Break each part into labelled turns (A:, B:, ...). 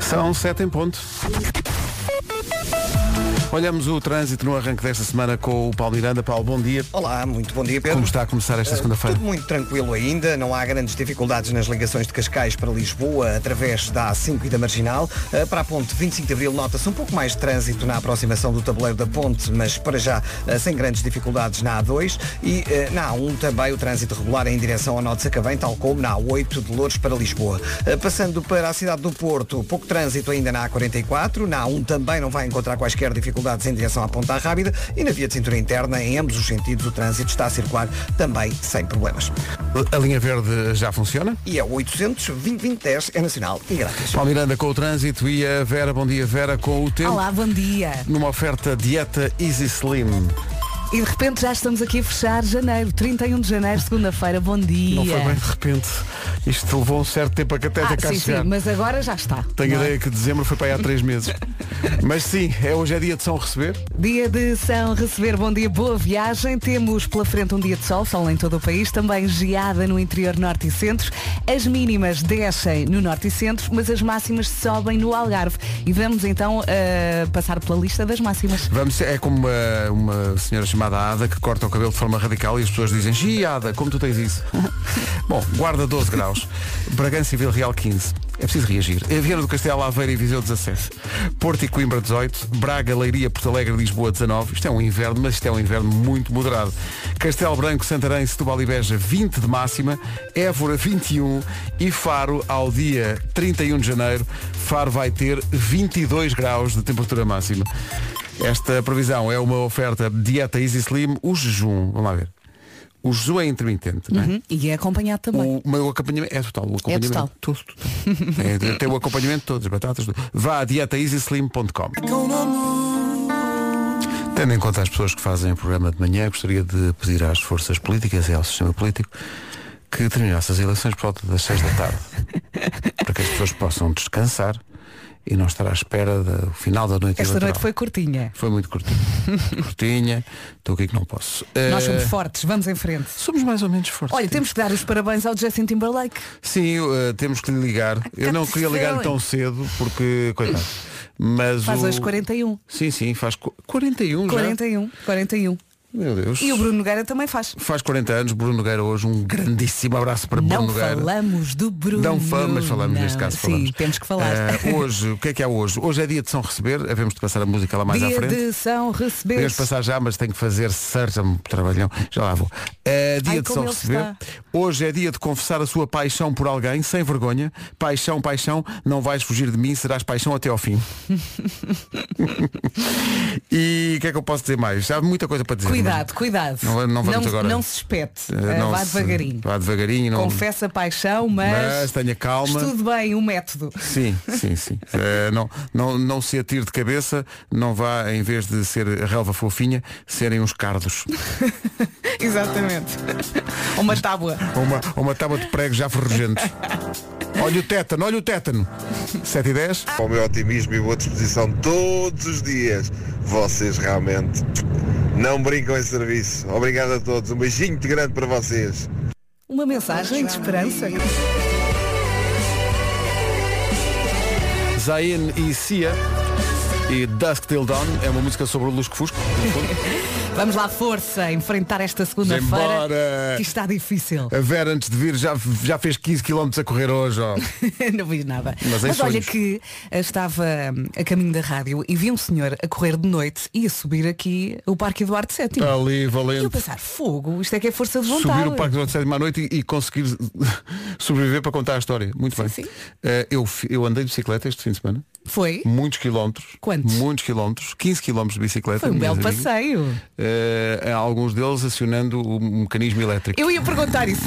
A: São sete em ponto. Olhamos o trânsito no arranque desta semana com o Paulo Miranda. Paulo, bom dia.
B: Olá, muito bom dia, Pedro.
A: Como está a começar esta segunda-feira?
B: Tudo muito tranquilo ainda, não há grandes dificuldades nas ligações de Cascais para Lisboa, através da A5 e da Marginal. Eh, Para a ponte 25 de Abril nota-se um pouco mais de trânsito na aproximação do tabuleiro da ponte, mas para já eh, sem grandes dificuldades na A2 e eh, na A1 também o trânsito regular em direção ao Nó de Sacavém, tal como na A8 de Louros para Lisboa. Eh, Passando para a cidade do Porto, pouco trânsito ainda na A44, na A1 também não vai encontrar quaisquer dificuldades em direção à Ponta Rábida e na via de cintura interna, em ambos os sentidos, o trânsito está a circular também sem problemas.
A: A linha verde já funciona?
B: E é 800 2010 é nacional e grátis.
A: Paulo Miranda com o trânsito e a Vera, bom dia Vera, com o tempo.
C: Olá, bom dia.
A: Numa oferta dieta Easy Slim.
C: E de repente já estamos aqui a fechar janeiro, 31 de janeiro, segunda-feira, bom dia.
A: Não foi bem de repente. Isto levou um certo tempo a cateta
C: ah,
A: cá
C: sim,
A: chegar.
C: sim, mas agora já está.
A: Tenho
C: não é?
A: ideia que dezembro foi para aí há três meses. Mas sim, é hoje é dia de São Receber.
C: Dia de São Receber, bom dia, boa viagem. Temos pela frente um dia de sol, sol em todo o país, também geada no interior norte e centro. As mínimas descem no norte e centro, mas as máximas sobem no Algarve. E vamos então eh, passar pela lista das máximas.
A: Vamos, é como uma, uma senhora chamada Ada que corta o cabelo de forma radical e as pessoas dizem, Gi Ada, como tu tens isso? Bom, Guarda 12 graus, Bragança e Vila Real 15. É preciso reagir. Eh, Viana do Castelo, Aveiro e Viseu 17. Porto e Coimbra 18. Braga, Leiria, Porto Alegre, e Lisboa 19. Isto é um inverno, mas isto é um inverno muito moderado. Castelo Branco, Santarém, Setúbal e Beja 20 de máxima. Évora 21 e Faro ao dia 31 de janeiro. Faro vai ter 22 graus de temperatura máxima. Esta previsão é uma oferta dieta Easy Slim, o jejum, vamos lá ver. O jejum é intermitente, não é?
C: Hum, E é acompanhado também.
A: O, mas o acompanhamento é total. O acompanhamento,
C: total.
A: Tudo, total. É, de- tem o acompanhamento de todas as batatas. Tudo. Vá a dietaeasyslim.com Tendo em conta as pessoas que fazem o programa de manhã, gostaria de pedir às forças políticas e ao sistema político que terminasse as eleições por volta das seis da tarde. para que as pessoas possam descansar e não estar à espera do final da noite
C: Esta
A: eleitoral.
C: noite foi curtinha.
A: Foi muito curtinha. curtinha. Estou aqui que não posso.
C: Nós somos
A: Eh,
C: fortes, vamos em frente.
A: somos mais ou menos fortes.
C: Olha, temos que dar os parabéns ao Justin Timberlake.
A: Sim, eh, temos que lhe ligar. Eu não queria ligar
C: feeling.
A: tão cedo porque, coitado. Mas
C: Faz
A: o...
C: hoje 41.
A: Sim, sim, faz qu- 41 já.
C: 41, 41.
A: Meu Deus.
C: E o Bruno Nogueira também faz.
A: Faz 40 anos, Bruno Nogueira hoje. Um grandíssimo abraço para
C: Não
A: Bruno Nogueira.
C: falamos do Bruno.
A: Não fa- mas falamos
C: Não,
A: neste caso.
C: Sim,
A: falamos.
C: temos que falar.
A: Eh, hoje, o que é que há hoje? Hoje é dia de São Receber, havemos de passar a música lá mais à
C: Dia
A: frente.
C: de São Receber.
A: Podemos passar já, mas tenho que fazer certo é um trabalhão. Já lá vou. É dia
C: Ai,
A: de
C: como
A: São
C: ele
A: Receber.
C: está.
A: Hoje é dia de confessar a sua paixão por alguém, sem vergonha. Paixão, paixão, não vais fugir de mim, serás paixão até ao fim. e o que é que eu posso dizer mais? Há muita coisa para dizer.
C: Cuidado, cuidado.
A: Não- não vamos agora.
C: não se espete.
A: mas, eh,
C: Ah,
A: não
C: vá
A: se-
C: devagarinho.
A: Vá devagarinho. Não...
C: Confessa paixão, mas,
A: Mas tenha calma.
C: Estude bem o método.
A: Sim, sim, sim. Eh, não, não, não se atire de cabeça, não vá, em vez de ser a relva fofinha, serem uns cardos.
C: Exatamente. Uma tábua.
A: Ou uma, ou uma tábua de prego já ferrugente. Olha o tétano, olha o tétano. 7 e 10.
D: ao meu otimismo e boa disposição todos os dias. Vocês realmente não brincam em serviço. Obrigado a todos. Um beijinho muito grande para vocês.
C: Uma mensagem de esperança.
A: Zayn e Cia e Dusk Till Dawn é uma música sobre o Lusco Fusco. no fundo.
C: Vamos lá, força, enfrentar esta
A: Embora.
C: segunda-feira. Que está difícil.
A: A Vera, antes de vir, já, já fez 15 km a correr hoje. ó.
C: não vi nada.
A: Mas em
C: olha
A: sonhos.
C: que eh, estava hum, a caminho da rádio e vi um senhor a correr de noite e a subir aqui o Parque Eduardo VII.
A: Tá Ali,
C: E eu
A: valente.
C: pensar, fogo, isto é que é força de vontade.
A: Subir o Parque Durante Sétima à noite e, e conseguir sobreviver para contar a história. Muito bem.
C: sim.
A: Eh, eu, fi- eu andei de bicicleta este fim de semana.
C: Foi?
A: Muitos quilómetros.
C: Quantos?
A: Muitos quilómetros. 15 quilómetros de bicicleta.
C: Foi um
A: minhas
C: belo
A: amigas.
C: passeio.
A: eh, alguns deles acionando o mecanismo elétrico.
C: Eu ia perguntar isso.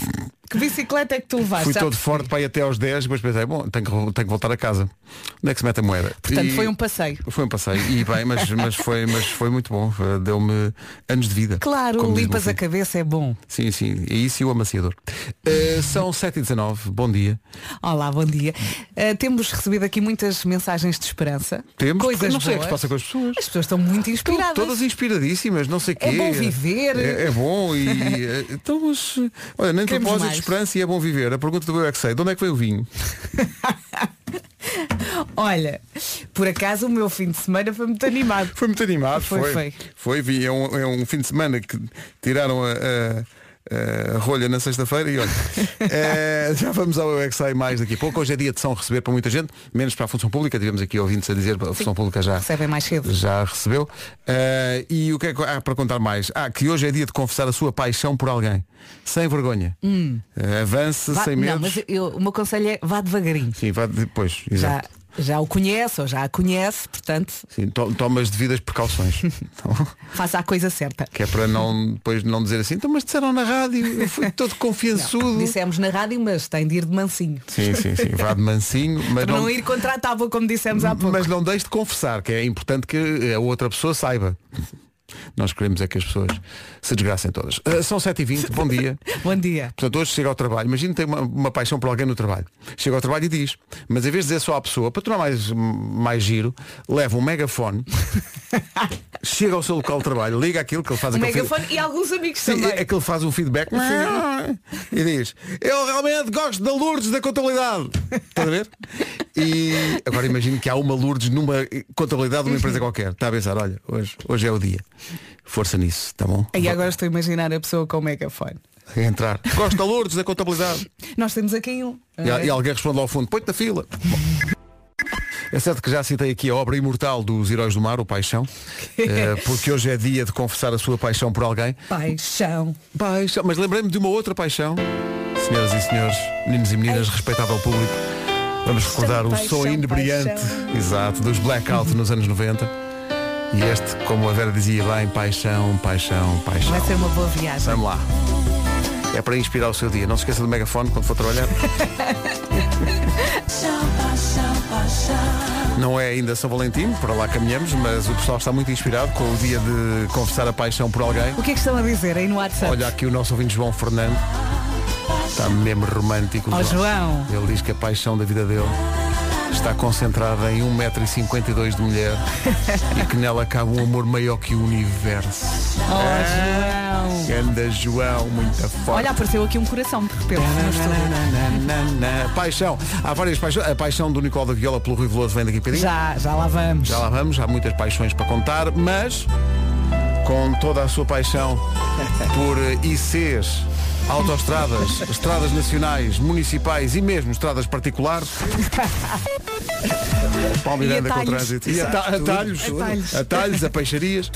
C: Que bicicleta é que tu levaste?
A: Fui
C: Já
A: todo
C: percebi.
A: forte para ir até aos 10, depois pensei, bom, tenho que, tenho que voltar a casa. Onde é que se mete a moeda?
C: Portanto,
A: E-
C: foi um passeio.
A: Foi um passeio. E bem, mas, mas, foi, mas foi muito bom. Eh, Deu-me anos de vida.
C: Claro,
A: como diz o
C: limpas
A: meu
C: a
A: filho.
C: cabeça é bom.
A: Sim, sim. E isso e o amaciador. Eh, são 7h19, bom dia.
C: Olá, bom dia. Eh, temos recebido aqui muitas mensagens de esperança.
A: Temos, porque
C: coisas
A: não sei o que se
C: boas.
A: passa com as pessoas.
C: As pessoas estão muito inspiradas.
A: Todas inspiradíssimas, não sei o quê.
C: É bom viver.
A: É, é bom e. eh, Então, mas. eh, Olha, nem
C: Queremos
A: propósito,
C: mais.
A: esperança e é bom viver. A pergunta do eu é que sei. De onde é que veio o vinho?
C: Olha, por acaso o meu fim de semana foi muito animado.
A: Foi muito animado,
C: Foi,
A: foi.
C: foi.
A: Foi, vi, é um, é um fim de semana que tiraram a, a- a rolha na sexta-feira e olha, eh, já vamos ao UXA mais daqui a pouco. Hoje é dia de São receber para muita gente, menos para a função pública, tivemos aqui ouvintes a dizer, a função pública já,
C: Recebem mais cedo.
A: já recebeu. Eh, e o que é que há para contar mais? Ah, que hoje é dia de confessar a sua paixão por alguém, sem vergonha. Eh, avance,
C: Hum. Vá-
A: sem medo.
C: não, mas eu, o meu conselho é vá devagarinho.
A: Sim, vá depois,
C: Já,
A: exato.
C: já o conhece ou já a conhece, portanto,
A: Sim, to- toma as devidas precauções. Então,
C: faça a coisa certa.
A: Que é para não depois não dizer assim, então mas disseram na rádio, eu fui todo confiançudo.
C: Dissemos na rádio, mas tem de ir de mansinho.
A: Sim, sim, sim, vá de mansinho, mas
C: Para
A: não,
C: Então, não ir contra a tábua, como dissemos há pouco.
A: mas não deixe de confessar, que é importante que a outra pessoa saiba. Nós queremos é que as pessoas se desgracem todas. Ah, são 7h20, bom dia.
C: Bom dia.
A: Portanto, hoje chega ao trabalho, imagina que tem uma, uma paixão por alguém no trabalho. Chega ao trabalho e diz, mas em vez de dizer só à pessoa, para tornar mais, mais giro, leva um megafone, chega ao seu local de trabalho, liga aquilo que ele faz
C: O
A: aquele fio-
C: megafone e alguns amigos
A: Sim,
C: também. Ah.
A: é, é que ele faz um feedback e diz, eu realmente gosto da Lourdes da contabilidade. Estás a ver? E agora imagino que há uma Lourdes numa contabilidade de uma empresa qualquer. Está a pensar, olha, hoje, hoje é o dia. Força nisso, está bom?
C: E agora estou a imaginar a pessoa com o megafone.
A: Vai Entrar. Gosto da Lourdes da contabilidade.
C: Nós temos aqui um.
A: E, a- e alguém responde lá ao fundo, põe-te na fila. Bom. É certo que já citei aqui a obra imortal dos Heróis do Mar, o Paixão, eh, porque hoje é dia de confessar a sua paixão por alguém.
C: eh, Paixão.
A: Paixão. Mas lembrei-me de uma outra paixão. Senhoras e senhores, meninos e meninas, respeitável público, vamos recordar o
C: paixão,
A: som inebriante,
C: paixão.
A: exato, dos Blackout nos anos 90. E este, como a Vera dizia bem, paixão, paixão, paixão.
C: Vai ser uma boa viagem.
A: Vamos lá. É para inspirar o seu dia. Não se esqueça do megafone quando for trabalhar. Não é ainda São Valentim, para lá caminhamos, mas o pessoal está muito inspirado com o dia de confessar a paixão por alguém.
C: O que é que estão a dizer aí no WhatsApp?
A: Olha aqui o nosso ouvinte João Fernando. Está mesmo romântico.
C: Ó, João.
A: Ele diz que a paixão da vida dele está concentrada em 1,52m de mulher e que nela cabe um amor maior que o universo.
C: Ó, Oh, João.
A: Ganda João, muita forte.
C: Olha, apareceu aqui um coração de repente. no estúdio.
A: Nananana. Paixão. Há várias paixões. A paixão do Nicolau da Viola pelo Rui Veloso vem daqui a bocadinho.
C: Já, já lá vamos.
A: Já lá vamos, há muitas paixões para contar, mas com toda a sua paixão por eh, ICs, autoestradas, estradas nacionais, municipais e mesmo estradas particulares. Paulo
C: E
A: Miranda com o
C: atalhos.
A: trânsito. E
B: Exato,
A: ata-
B: tudo,
A: atalhos,
B: tudo.
A: atalhos, atalhos, a peixarias.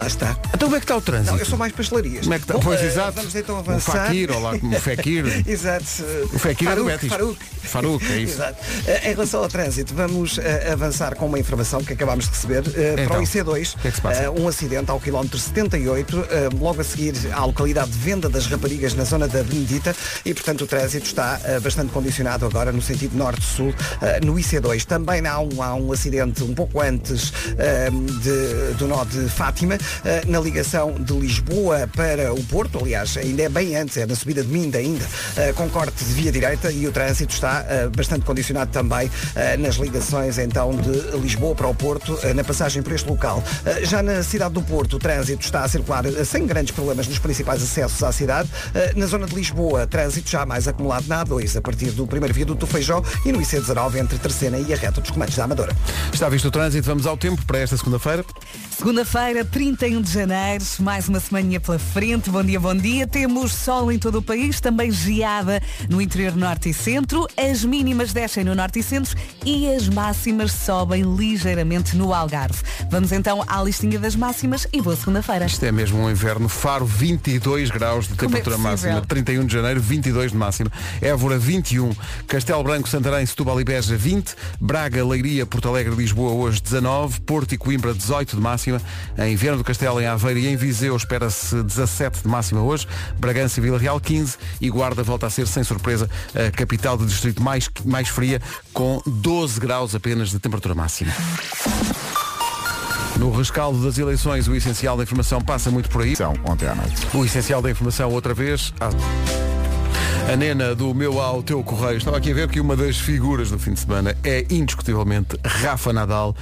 B: Lá está.
A: Então como é que está o trânsito?
B: Não, eu sou mais pastelarias.
A: Como é que está?
B: Bom,
A: Pois
B: eh,
A: exato.
B: Vamos então
A: o
B: avançar.
A: Fakir, ou lá como o Fekir.
B: Exato. eh,
A: O Fekir era do Betis.
B: Faruk.
A: Faruk, é isso.
B: Exato. Eh, Em relação ao trânsito, vamos eh, avançar com uma informação que acabámos de receber eh,
A: Então,
B: para o IC2.
A: o que é que se passa?
B: Eh, um acidente ao quilómetro 78, eh, logo a seguir à localidade de venda das raparigas na zona da Benedita e, portanto, o trânsito está eh, bastante condicionado agora no sentido norte-sul, eh, no IC2. Também há um, há um acidente um pouco antes eh, de- do nó de Fátima, eh, na ligação de Lisboa para o Porto, aliás, ainda é bem antes, é na subida de Minda ainda, eh, com corte de via direita e o trânsito está eh, bastante condicionado também eh, nas ligações então de Lisboa para o Porto, eh, na passagem por este local. Eh, Já na cidade do Porto, o trânsito está a circular eh, sem grandes problemas nos principais acessos à cidade. Eh, Na zona de Lisboa, trânsito já mais acumulado na A2, a partir do primeiro viaduto do Feijó e no IC19 entre Terceira e a reta dos comandos da Amadora.
A: Está visto o trânsito, vamos ao tempo para esta segunda-feira.
C: Segunda-feira, 31 de janeiro, mais uma semaninha pela frente. Bom dia, bom dia. Temos sol em todo o país, também geada no interior norte e centro. As mínimas descem no norte e centro e as máximas sobem ligeiramente no Algarve. Vamos então à listinha das máximas e boa segunda-feira.
A: Isto é mesmo um inverno. Faro 22 graus de
C: Como é
A: temperatura
C: possível?
A: máxima. 31 de janeiro, 22 de máxima. Évora 21. Castelo Branco, Santarém, Setúbal e Beja 20. Braga, Leiria, Porto Alegre, Lisboa hoje 19. Porto e Coimbra 18 de máxima. Em Viana do Castelo, em Aveiro e em Viseu espera-se 17 de máxima hoje. Bragança e Vila Real 15. E Guarda volta a ser, sem surpresa, a capital do distrito mais, mais fria com 12 graus apenas de temperatura máxima. No rescaldo das eleições, o essencial da informação passa muito por aí.
E: ontem à noite.
A: O essencial da informação outra vez. à- A nena do meu ao teu correio. Estava aqui a ver que uma das figuras do fim de semana é indiscutivelmente Rafa Nadal,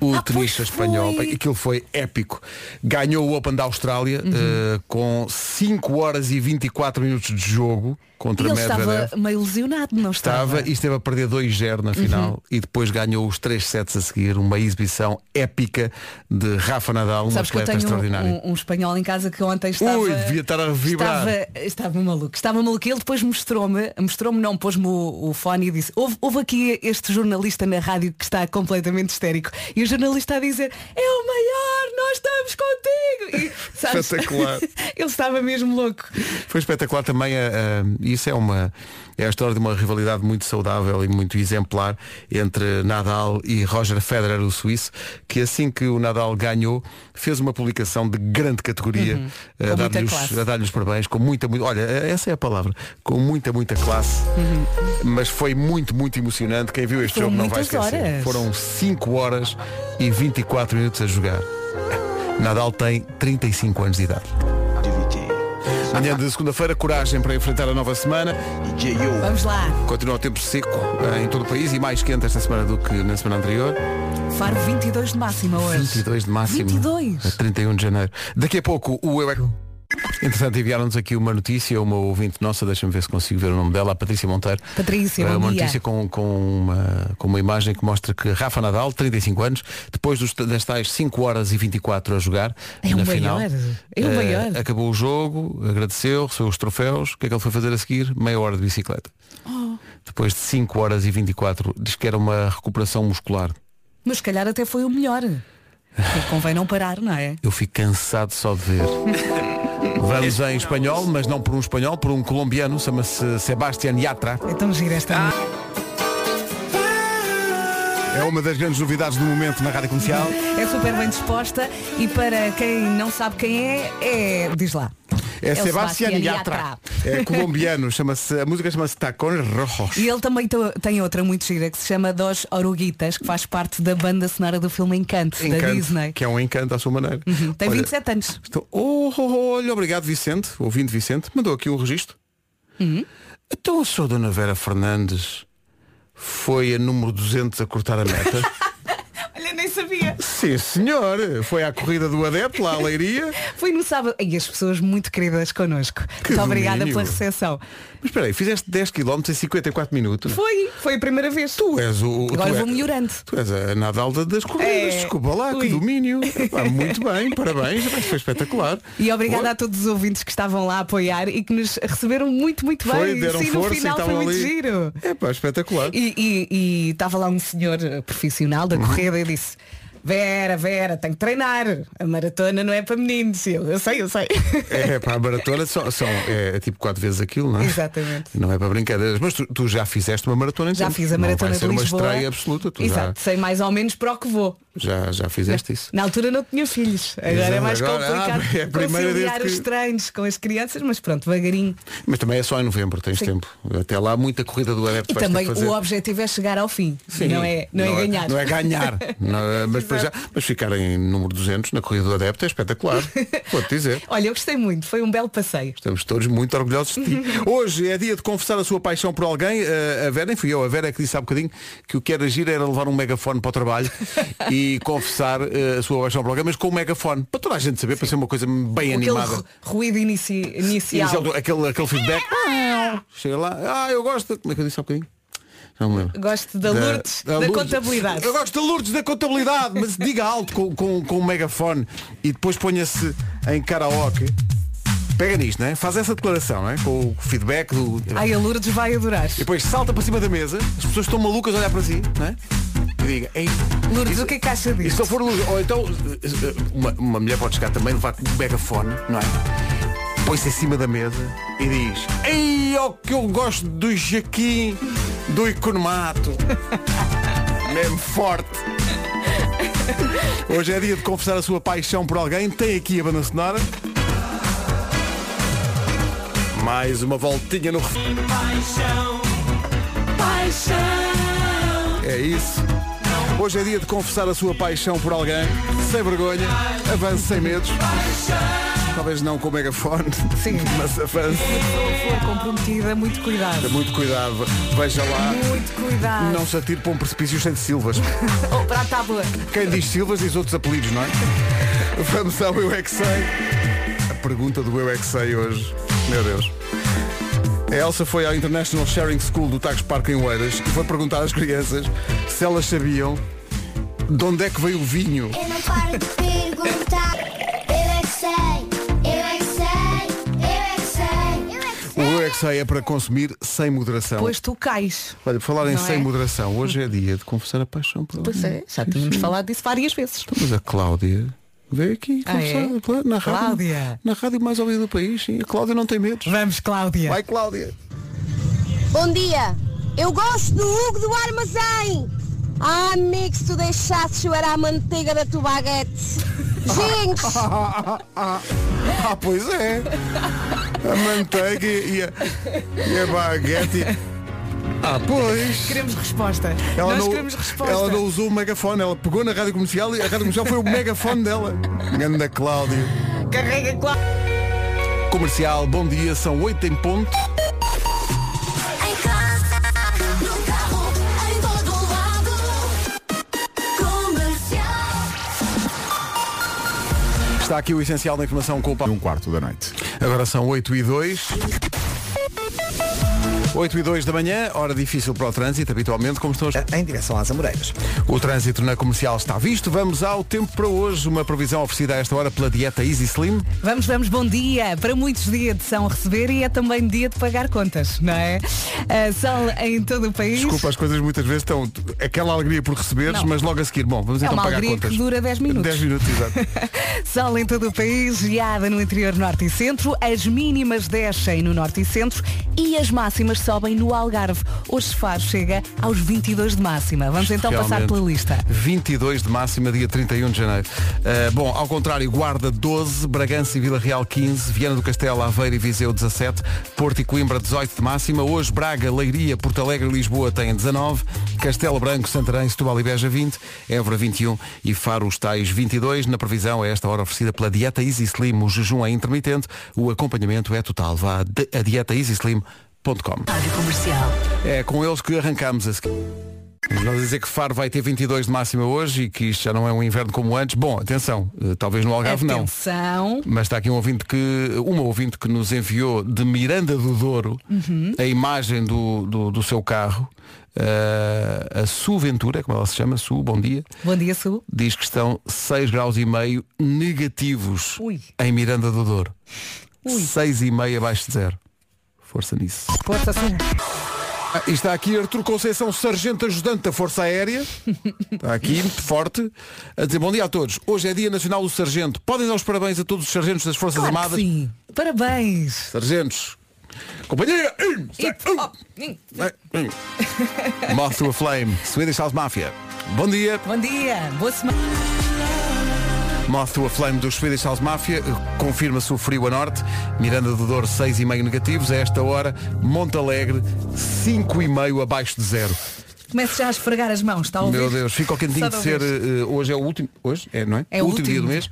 A: o
C: Ah, pois
A: tenista espanhol.
C: foi. Uhum.
A: Aquilo foi épico. Ganhou o Open da Austrália eh, com 5 horas e 24 minutos de jogo. contra
C: E ele
A: Medvedev.
C: estava Uhum. meio lesionado, não estava?
A: Estava e esteve a perder 2-0 na final
C: Uhum.
A: e depois ganhou os 3 sets a seguir, uma exibição épica de Rafa Nadal, um
C: Sabes que eu
A: atleta
C: tenho
A: extraordinário.
C: um, um espanhol em casa que ontem estava.
A: Ui, devia estar a vibrar.
C: Estava, estava maluco, estava maluco. Ele depois mostrou-me, mostrou-me não, pôs-me o, o fone e disse, houve, houve aqui este jornalista na rádio que está completamente histérico. E o jornalista a dizer, é o maior, nós estamos contigo. E, sabes,
A: Espetacular.
C: Ele estava mesmo louco.
A: Foi espetacular também, a- a- isso é uma é a história de uma rivalidade muito saudável e muito exemplar entre Nadal e Roger Federer, o suíço, que assim que o Nadal ganhou, fez uma publicação de grande categoria eh, a
C: Uhum. Com muita
A: dar-lhe os-
C: classe.
A: a dar-lhe os parabéns, com muita, muito, olha, essa é a palavra, com muita, muita classe, mas foi muito, muito emocionante, quem viu este
C: Foram
A: jogo não vai
C: muitas
A: esquecer.
C: horas.
A: Foram 5 horas e 24 minutos a jogar. Nadal tem 35 anos de idade. Manhã de segunda-feira, coragem para enfrentar a nova semana.
C: Vamos lá,
A: Continua o tempo seco eh, em todo o país e mais quente esta semana do que na semana anterior.
C: Faro 22 de máxima hoje.
A: 22 de máximo.
C: 22.
A: A 31 de janeiro. Daqui a pouco o Eu é... Que- Entretanto, enviaram-nos aqui uma notícia, uma ouvinte nossa, deixa-me ver se consigo ver o nome dela, a Patrícia Monteiro.
C: Patrícia,
A: Eh,
C: bom
A: uma
C: dia.
A: notícia com, com, uma, com uma imagem que mostra que Rafa Nadal, 35 anos, depois dos, das tais 5 horas e 24 a jogar
C: É o
A: na
C: maior,
A: final,
C: é o
A: eh,
C: maior.
A: acabou o jogo, agradeceu, recebeu os troféus. O que é que ele foi fazer a seguir? Meia hora de bicicleta.
C: Oh.
A: Depois de 5 horas e 24, diz que era uma recuperação muscular.
C: Mas se calhar até foi o melhor. E convém não parar, não é?
A: Eu fico cansado só de ver. Vamos em espanhol, mas não por um espanhol, por um colombiano, chama-se Sebastián Yatra.
C: Então gira esta
A: Ah,
C: música.
A: É uma das grandes novidades do momento na Rádio Comercial.
C: É super bem disposta e para quem não sabe quem é, é. diz lá.
A: É,
C: o
A: Sebastián Yatra. É colombiano, chama-se, a música chama-se Tacones Rojos.
C: E ele também to- tem outra muito gira que se chama Dos Oruguitas, que faz parte da banda sonora do filme Encanto, da Disney.
A: que é um encanto à sua maneira.
C: Tem
A: Olha,
C: 27 anos.
A: Estou... Oh, oh, oh, olha, obrigado Vicente, ouvindo Vicente, mandou aqui um registro. Então a sua Dona Vera Fernandes foi a número 200 a cortar a meta?
C: Olha, nem sabia.
A: Sim, senhor. Foi à corrida do adepto lá à Leiria.
C: Foi no sábado. E as pessoas muito queridas connosco.
A: Que
C: muito obrigada
A: domínio.
C: pela recepção.
A: Mas espera aí, fizeste 10 km em 54 minutos.
C: Foi, foi a primeira vez.
A: Tu é. és o. o-
C: Agora
A: tu és-
C: vou melhorando.
A: Tu és a Nadal da- das corridas,
C: É.
A: desculpa lá, que
C: Ui.
A: domínio. Epá, muito bem, parabéns, Epá, isto foi espetacular.
C: E obrigada
A: Foi.
C: a todos os ouvintes que estavam lá a apoiar e que nos receberam muito, muito bem.
A: Foi, deram
C: Sim,
A: força
C: no
A: e
C: final foi
A: estavam
C: muito
A: ali.
C: giro.
A: Epá, espetacular.
C: E- E e estava lá um senhor eh, profissional
A: Uhum.
C: da corrida e disse Vera, Vera, tenho que treinar. A maratona não é para meninos. E Eu, eu sei, eu sei.
A: É para a maratona são, são é, tipo quatro vezes aquilo, não é?
C: Exatamente.
A: Não é para brincadeiras. Mas tu, tu já fizeste uma maratona
C: Já
A: então.
C: fiz a
A: Não
C: maratona
A: vai ser
C: de
A: uma
C: Lisboa.
A: estreia absoluta. Tu já,
C: Exato, sei mais ou menos para o que vou.
A: já, já fizeste isso.
C: Na altura não tinha filhos. Agora é
A: Exato,
C: mais
A: agora,
C: complicado
A: ah, é a primeira
C: conciliar
A: desde
C: os
A: que-
C: treinos com as crianças, mas pronto, devagarinho.
A: Mas também é só em novembro, tens
C: Sim.
A: tempo. Até lá muita corrida do adepto
C: E
A: vais ter
C: também
A: que fazer.
C: o objetivo é chegar ao fim.
A: Sim,
C: não é, não é ganhar.
A: Não é ganhar. Não é- mas, para já, mas ficar em número 200 na corrida do adepto é espetacular. Vou-te dizer.
C: Olha, eu gostei muito, foi um belo passeio.
A: Estamos todos muito orgulhosos de ti.
C: Uhum.
A: Hoje é dia de confessar a sua paixão por alguém. Eh, a Vera, nem fui eu, a Vera é que disse há bocadinho que o que era agir era levar um megafone para o trabalho e confessar eh, a sua paixão por alguém, mas com um megafone. Para toda a gente saber, para ser uma coisa bem
C: Aquele
A: animada.
C: ru- ruído inici-
A: E
C: inicial.
A: aquele, aquele, aquele feedback. Chega lá. Ah, eu gosto. Como é que eu disse há bocadinho? Já não me lembro.
C: Gosto da Lourdes, da,
A: Lourdes.
C: contabilidade.
A: Eu gosto da Lourdes da contabilidade, mas diga alto com, com, com o megafone e depois ponha-se em karaoke. Pega nisto, né? Faz essa declaração, né? Com o feedback do.
C: Ai, a Lourdes vai adorar.
A: E depois salta para cima da mesa, as pessoas estão malucas a olhar para si, né? E diga, ei.
C: Lourdes,
A: isso-
C: o que é que acha
A: E se
C: disto?
A: não for Lourdes, ou então eh, eh, uma, uma mulher pode chegar também, levar com o megafone, não é? Põe-se em cima da mesa e diz, ei, ó que eu gosto do Jaquim, do Economato. Mesmo forte. Hoje é dia de confessar a sua paixão por alguém. Tem aqui a banda sonora. Mais uma voltinha no... ref- É isso. Hoje é dia de confessar a sua paixão por alguém. Sem vergonha. Avance sem medos. Talvez não com o megafone,
C: Sim.
A: mas avance.
C: for comprometida, muito cuidado.
A: Muito cuidado. Veja lá.
C: Muito cuidado.
A: Não se atire para um precipício cheio de silvas.
C: Ou para a tábua.
A: Quem diz Silvas diz outros apelidos, não é? Vamos ao Eu é Que Sei. A pergunta do Eu é Que Sei hoje. Meu Deus. A Elsa foi à International Sharing School do Tagus Park em Oeiras e foi perguntar às crianças se elas sabiam de onde é que veio o vinho.
E: Eu não paro de perguntar. Eu é que sei, eu é que sei, eu é que sei, eu é que
A: O
E: sei.
A: Eu é que sei é para consumir sem moderação.
C: Pois tu cais.
A: Olha, por falar em
C: Não
A: sem
C: é?
A: moderação, hoje é dia de confessar a paixão pela
C: Pois é, já
A: Sim,
C: tínhamos
A: sim.
C: falado disso várias vezes.
A: Mas a Cláudia veio aqui
C: Ah,
A: confessar
C: é?
A: pela- na rádio.
C: Cláudia.
A: Na rádio mais ouvida do país, sim. A Cláudia não tem medos.
C: Vamos, Cláudia.
A: Vai Cláudia.
F: Bom dia. Eu gosto do Hugo do Armazém. Ah, amigo, se tu deixasses eu era a manteiga da tua baguete. Gente,
A: Ah, pois é. A manteiga e a, e a baguete. Ah, pois.
C: Queremos resposta.
A: Ela
C: Nós
A: não,
C: queremos resposta.
A: ela não usou o megafone, ela pegou na rádio comercial e a rádio comercial foi o megafone dela. Ganda Cláudio.
C: Carrega Cláudia.
A: Comercial, bom dia, são 8 em ponto.
E: Em casa, no carro, em todo lado. Comercial.
A: Está aqui o essencial da informação com o Paulo.
G: Um quarto da noite.
A: Agora são 8 e 2. 8 e 2 da manhã, hora difícil para o trânsito, habitualmente, como estão os...
B: Eh, Em direção às Amoreiras.
A: O trânsito na comercial está visto. Vamos ao tempo para hoje. Uma previsão oferecida a esta hora pela dieta Easy Slim.
C: Vamos, vamos, bom dia. Para muitos dia de São receber e é também dia de pagar contas, não é? Ah, sol em todo o país.
A: Desculpa, as coisas muitas vezes estão aquela alegria por receberes,
C: Não.
A: mas logo a seguir, bom, vamos
C: É
A: então
C: uma
A: pagar
C: alegria
A: contas.
C: que dura 10 minutos.
A: 10 minutos, exato.
C: Sol em todo o país, geada no interior norte e centro, as mínimas descem no norte e centro e as máximas sobem no Algarve. Hoje Faro chega aos 22 de máxima. Vamos então passar
A: Realmente.
C: pela lista.
A: 22 de máxima, dia 31 de janeiro. Uh, bom, ao contrário, Guarda 12, Bragança e Vila Real 15, Viana do Castelo, Aveiro e Viseu 17, Porto e Coimbra 18 de máxima. Hoje, Braga, Leiria, Porto Alegre e Lisboa têm 19, Castelo Branco, Santarém, Setúbal e Beja 20, Évora 21 e Faro os tais 22. Na previsão, a esta hora oferecida pela Dieta Easy Slim, o jejum é intermitente, o acompanhamento é total. Vá a, de- a dietaeasyslim.com.
C: Rádio Comercial.
A: É com eles que arrancamos a seguir. Vamos lá dizer que Faro vai ter 22 de máxima hoje e que isto já não é um inverno como antes. Bom, atenção, eh, talvez no Algarve
C: É
A: não.
C: Atenção.
A: Mas está aqui um ouvinte que, uma ouvinte que nos enviou de Miranda do Douro a imagem do, do, do seu carro, eh, a Su Ventura, como ela se chama, Su, bom dia,
C: Bom dia, Sul.
A: diz que estão 6 graus e meio negativos
C: Ui.
A: em Miranda do Douro. 6 e meio abaixo de zero. Força nisso.
C: Força, Sul.
A: Ah, e está aqui Artur Conceição, sargento ajudante da Força Aérea. Está aqui, forte. A dizer bom dia a todos. Hoje é Dia Nacional do Sargento. Podem dar os parabéns a todos os sargentos das Forças
C: Claro que
A: Armadas.
C: sim. Parabéns.
A: Sargentos. Companhia. Um,
C: E-
A: um,
C: oh, hum.
A: um. Moth to a Flame, Swedish House Mafia. Bom dia.
C: Bom dia. Boa semana.
A: Moth to a Flame dos Swedish House Mafia. Confirma-se o frio a norte. Miranda do Douro, 6,5 negativos. A esta hora, Monte Alegre, 5,5 abaixo de zero.
C: Comece já a esfregar as mãos, está a ouvir?
A: Meu Deus, fica ao cantinho
C: Só
A: de
C: de
A: ser.
C: ouvir.
A: eh, hoje é o último. Hoje é, não é?
C: É o
A: último, dia do
C: último.
A: mês.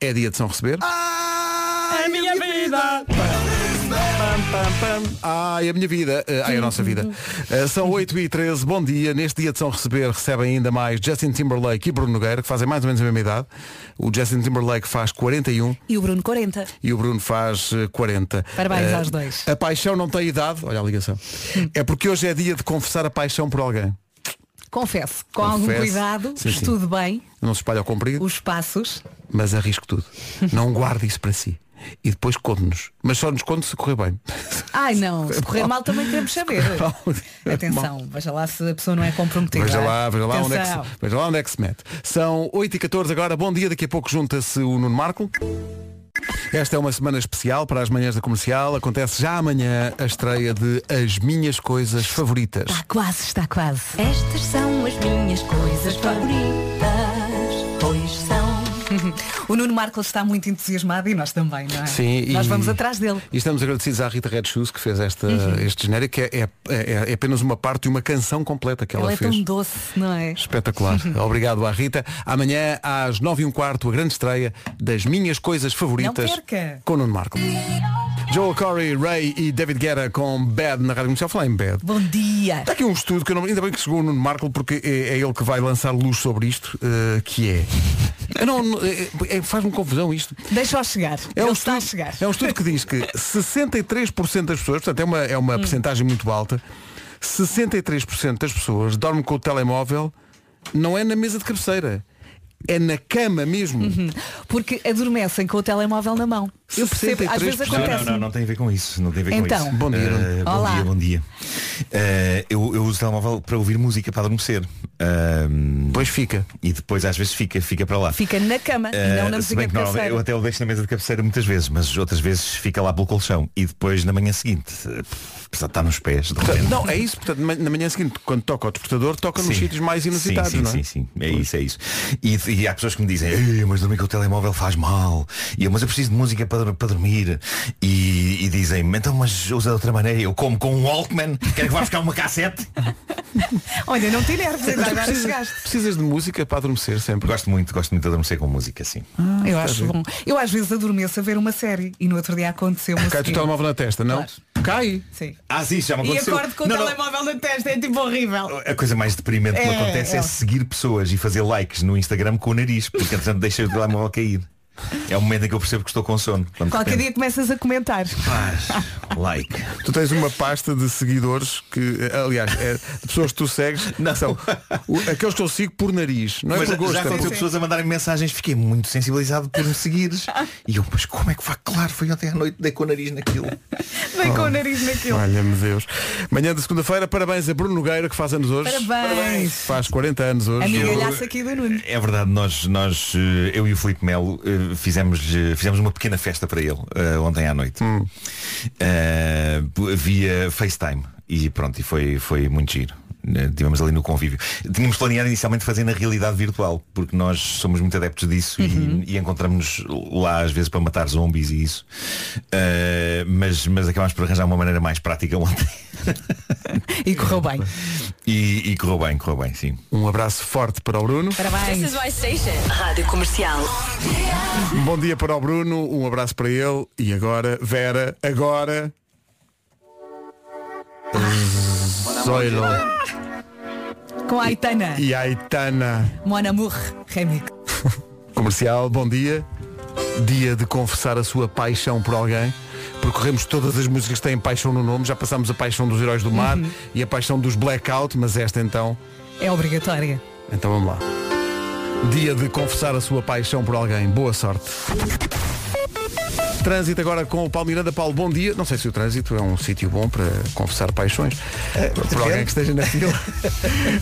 A: É dia de São Receber. Ai,
C: a minha vida.
A: Ah, Pam, pam. Ai, a minha vida. Eh, Ai, a nossa vida. Eh, São 8 e 13 bom dia. Neste dia de São Receber recebem ainda mais Justin Timberlake e Bruno Nogueira, que fazem mais ou menos a mesma idade. O Justin Timberlake faz 41
C: E o Bruno 40.
A: e o Bruno faz eh, 40.
C: Parabéns
A: Eh,
C: aos dois. Hum.
A: A paixão não tem idade. Olha a ligação. É porque hoje é dia de confessar a paixão por alguém.
C: Confesso, com algum
A: Confesso.
C: cuidado,
A: Sim, sim.
C: estude bem
A: Não se espalha ao comprido.
C: os passos.
A: mas arrisco tudo. Não guarde isso para si. E depois conte-nos. Mas só nos conte se correr bem.
C: Ai não, se correr mal também queremos saber.
A: mal, é
C: Atenção, veja lá se a pessoa não é comprometida.
A: Veja
C: é?
A: lá, veja lá, onde é que se,
C: Atenção.
A: veja lá onde é que se mete. São 8h14 agora, bom dia, daqui a pouco junta-se o Nuno Marco. Esta é uma semana especial para as manhãs da comercial. Acontece já amanhã a estreia de As Minhas Coisas Favoritas.
C: Está quase, está quase.
H: Estas são as minhas coisas favoritas, pois são.
C: O Nuno Marco está muito entusiasmado e nós também, não é?
A: e-
C: nós vamos atrás dele. Uhum.
A: E estamos agradecidos à Rita Red Shoes que fez esta, este genérico, que é, é, é- é apenas uma parte de uma canção completa que ela,
C: Ela é
A: fez.
C: tão doce, não é?
A: Espetacular. Obrigado à Rita. Amanhã, às 9 e um quarto, a grande estreia das minhas coisas favoritas
C: Não perca.
A: com o Nuno Marco. Joel Corey, Ray e David Guerra com Bad na Rádio Comercial. Falar em Bad.
G: Bom dia.
A: Está aqui um estudo que eu não, ainda bem que chegou o Nuno Marco porque é, é ele que vai lançar luz sobre isto, eh, que é. Eu Não, não, eh, eh, Faz-me confusão isto.
G: Deixa-o chegar.
A: É
G: Ele
A: um,
G: está
A: estudo,
G: a chegar.
A: é um estudo que diz que 63% das pessoas, portanto é uma, é
G: Hum.
A: uma percentagem muito alta, 63% das pessoas dormem com o telemóvel não é na mesa de cabeceira, é na cama mesmo.
G: Uhum.
C: Hum. Porque adormecem com o telemóvel na mão. Eu percebo, às vezes
A: 63%.
I: Não,
C: acontece.
I: não, não, não tem a ver com isso. Não tem a ver
C: Então.
I: com isso.
A: Bom dia,
I: Eh,
A: Nuno.
I: bom
C: Olá.
I: dia, bom dia. Eh, eu, eu uso o telemóvel para ouvir música para adormecer. Ah,
A: Pois fica.
I: e depois às vezes fica, fica para lá.
G: Fica na cama e não na
I: Eh, se
G: musiquinha
I: bem
G: de
I: que normalmente
G: cabeceira.
I: eu até o deixo na mesa de cabeceira muitas vezes, mas outras vezes fica lá pelo colchão. E depois na manhã seguinte, eh, precisa estar nos pés. de repente.
A: Portanto, não, é isso. Portanto, ma- na manhã seguinte, quando toca o despertador, toca nos
I: Sim.
A: sítios mais inusitados,
I: sim, sim,
A: não é?
I: Sim, sim, é isso, é isso. E, e há pessoas que me dizem, "Ei, mas dormir com o telemóvel faz mal. E eu, mas eu preciso de música para, para dormir. E, e dizem-me, então mas usa de outra maneira. Eu como com um Walkman, quero que vá buscar uma cassete.
G: Olha, não te enerves, ainda agora
A: Precisas-
G: chegaste.
A: precisas de música para adormecer sempre.
I: Gosto muito, gosto muito de adormecer com música, sim.
A: Ah,
G: Eu acho bom. Eu às vezes adormeço a ver uma série e no outro dia aconteceu uma
A: Cai o telemóvel na testa, não? Cai.
G: Sim.
I: Ah, sim, já me
G: E
I: aconteceu.
G: acordo com
I: Não,
G: o
I: não.
G: telemóvel na testa, é tipo horrível.
I: A coisa mais deprimente que me
G: É,
I: acontece é,
G: é.
I: seguir pessoas e fazer likes no Instagram com o nariz, porque entretanto deixa o telemóvel cair. É o momento em que eu percebo que estou com sono. Quando de
G: Qualquer
I: repente,
G: dia começas a comentar.
I: Paz, like.
A: Tu tens uma pasta de seguidores que, eh, aliás, é, de pessoas que tu segues,
I: Não.
A: são o- aqueles que eu sigo por nariz, não é
I: mas
A: por gosto.
I: já
A: é por-
I: aconteceu pessoas a mandarem mensagens, fiquei muito sensibilizado por me seguires. E eu, mas como é que vai? Claro, foi ontem à noite, dei com o nariz naquilo.
G: Vem com o nariz naquilo.
A: Olha-me Deus. Manhã de segunda-feira, parabéns a Bruno Nogueira que faz anos hoje.
G: Parabéns.
A: Faz 40 anos hoje.
G: Amigalhaço aqui do Nuno.
I: É verdade, nós, nós eh, eu e o Filipe Melo eh, fizemos, eh, fizemos uma pequena festa para ele eh, ontem à noite. Eh, via FaceTime. E pronto, e foi, foi muito giro. Eh, Tivemos ali no convívio. Tínhamos planeado inicialmente fazer na realidade virtual, porque nós somos muito adeptos disso e- e, encontramos-nos lá às vezes para matar zombies e isso. Eh, mas, mas acabámos por arranjar uma maneira mais prática ontem.
G: E correu bem.
I: E, e correu bem, correu bem, sim.
A: Um abraço forte para o Bruno.
G: Parabéns.
H: Rádio Comercial.
A: Bom dia para o Bruno, um abraço para ele. E agora, Vera, agora. Zoilo
G: Com a Aitana.
A: e Aitana.
G: Mon amour, remix.
A: Comercial, bom dia. Dia de confessar a sua paixão por alguém. Percorremos todas as músicas que têm paixão no nome. Já passámos a paixão dos Heróis do Mar e a paixão dos Blackout, mas esta então.
G: É obrigatória.
A: Então vamos lá. Dia de confessar a sua paixão por alguém. Boa sorte. Trânsito agora com o Paulo Miranda. Paulo, bom dia. Não sei se o trânsito é um sítio bom para confessar paixões. por alguém que esteja na fila.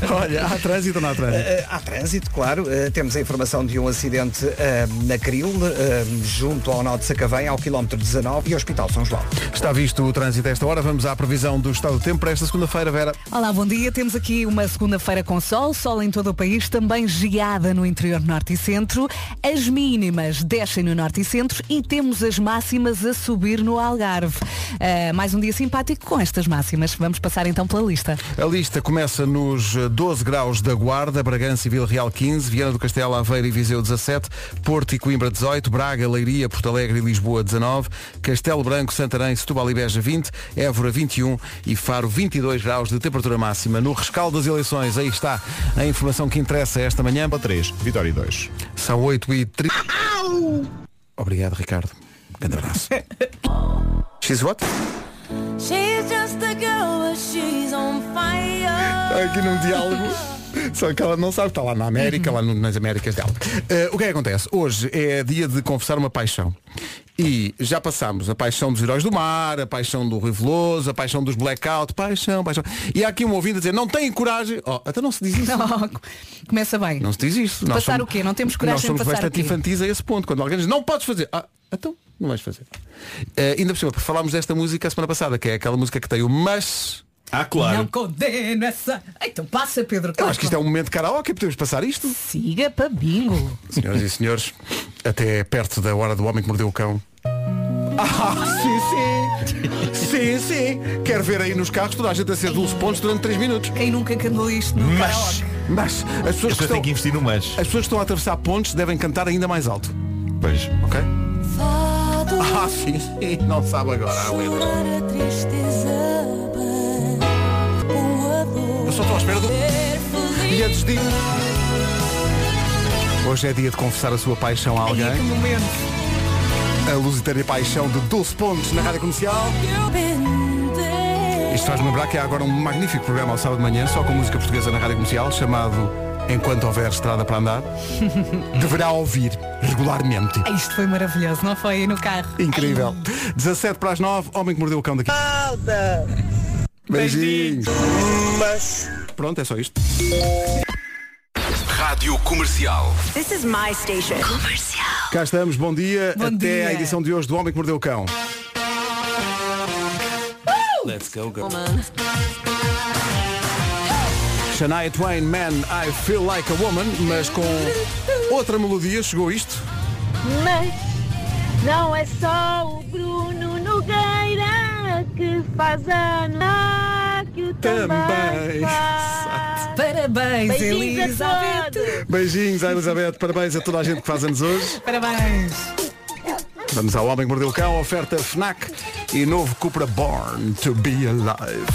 A: É, Olha, há trânsito ou não há trânsito?
B: Eh, Há trânsito, claro. Eh, Temos a informação de um acidente eh, na Cril, eh, junto ao nó de Sacavém, ao quilómetro 19 e ao Hospital São João.
A: Está visto o trânsito a esta hora. Vamos à previsão do estado do tempo para esta segunda-feira, Vera.
C: Olá, bom dia. Temos aqui uma segunda-feira com sol, sol em todo o país, também geada no interior norte e centro. As mínimas descem no norte e centro e temos as máximas a subir no Algarve. Ah, mais um dia simpático com estas máximas. Vamos passar então pela lista.
A: A lista começa nos eh, 12 graus da Guarda, Bragança e Vila Real 15, Viana do Castelo, Aveiro e Viseu 17, Porto e Coimbra 18, Braga, Leiria, Porto Alegre e Lisboa 19, Castelo Branco, Santarém, Setúbal e Beja 20, Évora 21 e Faro 22 graus de temperatura máxima. No rescaldo das eleições, aí está a informação que interessa esta manhã.
I: 3, Vitória 2.
A: São 8 e 30. Obrigado, Ricardo. Grande abraço. She's what? Está aqui num diálogo. Só que ela não sabe, está lá na América, lá no- nas Américas dela. Eh, o que é que acontece? Hoje é dia de confessar uma paixão. E já passámos a paixão dos heróis do mar, a paixão do Rui Veloso, a paixão dos blackout, paixão, paixão. E há aqui um ouvido a dizer, não têm coragem. Oh, até não se diz isso.
G: Não, começa bem.
A: Não se diz isso. Nós
C: Passar o quê? Não temos coragem
A: Nós somos
C: de passar
A: bastante
C: o quê?
A: infantis a esse ponto. Quando alguém diz, não podes fazer. Ah, então, não vais fazer. Eh, ainda por cima, porque falámos desta música a semana passada, que é aquela música que tem o mas.
I: Ah, claro.
G: Não condeno essa. Ai, Então passa, Pedro.
A: Eu acho que isto é um momento de karaoke, podemos passar isto.
C: Siga para bingo.
A: Senhoras e senhores, até perto da hora do homem que mordeu o cão. Ah, sim, sim! Sim, sim! Quero ver aí nos carros toda a gente a ser 12 pontos durante 3 minutos.
G: Quem nunca cantou isto no
I: Mas
G: karaoke?
A: Mas as pessoas,
I: as
A: que
I: pessoas
A: estão,
I: têm que investir no mas.
A: as pessoas que estão a atravessar pontes devem cantar ainda mais alto,
I: Pois.
A: ok?
H: tudo.
A: Ah, sim, sim, não sabe agora a letra.
H: Chorar a tristeza bem, com a dor.
A: Eu só estou à espera do-
H: Ser feliz.
A: E antes de... Hoje é dia de confessar a sua paixão a
G: Ai, é que
A: alguém.
G: momento.
A: A Lusitânia Paixão de 12 pontos na Rádio Comercial. Isto faz-me lembrar que há agora um magnífico programa ao sábado de manhã, só com música portuguesa na Rádio Comercial, chamado Enquanto Houver Estrada para Andar. Deverá ouvir regularmente.
G: Ai, Isto foi maravilhoso, não foi? No carro.
A: Incrível. 17 para as 9, Homem que Mordeu o Cão daqui. Beijinhos. Pronto, é só isto.
J: Rádio Comercial.
H: This is my station.
A: Cá estamos, bom dia.
G: Bom
A: Até
G: dia.
A: a edição de hoje do Homem que Mordeu o Cão.
G: Uh!
A: Let's go,
G: Oh,
A: girl. Shania Twain, Man, I Feel Like a Woman, mas com outra melodia chegou isto.
F: Mas não é só o Bruno Nogueira que faz ano, ah, que o
A: Também.
F: também faz.
A: Exato. é
G: Parabéns,
F: Beijinhos a
G: Elizabeth.
F: todos.
A: Beijinhos à Elizabeth, parabéns a toda a gente que faz anos hoje.
G: Parabéns.
A: Vamos ao Homem que Mordeu o Cão, oferta FNAC e novo Cupra Born to be Alive.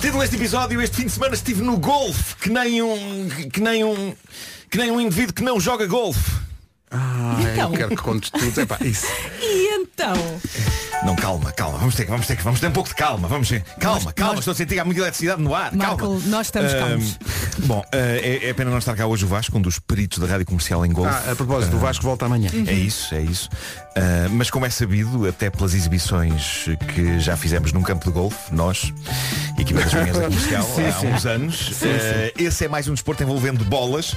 I: Título deste episódio, este fim de semana estive no golfe, que nem um. que nem um. que nem um indivíduo que não joga golfe.
A: Ai,
G: Então.
A: Ah, eu quero que contes tudo. Epá, isso.
G: E então?
I: Não, calma, calma, vamos ter, que- vamos ter, que- vamos ter um pouco de calma, vamos ter, calma, calma, estou a sentir que há muita eletricidade no ar,
G: Marco,
I: calma.
G: nós estamos
I: Ahm,
G: calmos.
I: Bom, ah, é, é pena não estar cá hoje o Vasco, um dos peritos da rádio comercial em golfe.
A: Ah, a propósito, o Vasco volta amanhã.
I: É isso, é isso. Ah, mas como é sabido, até pelas exibições que já fizemos num campo de golfe, nós, equipa das manhãs da comercial, há uns anos, ah, esse é mais um desporto envolvendo bolas.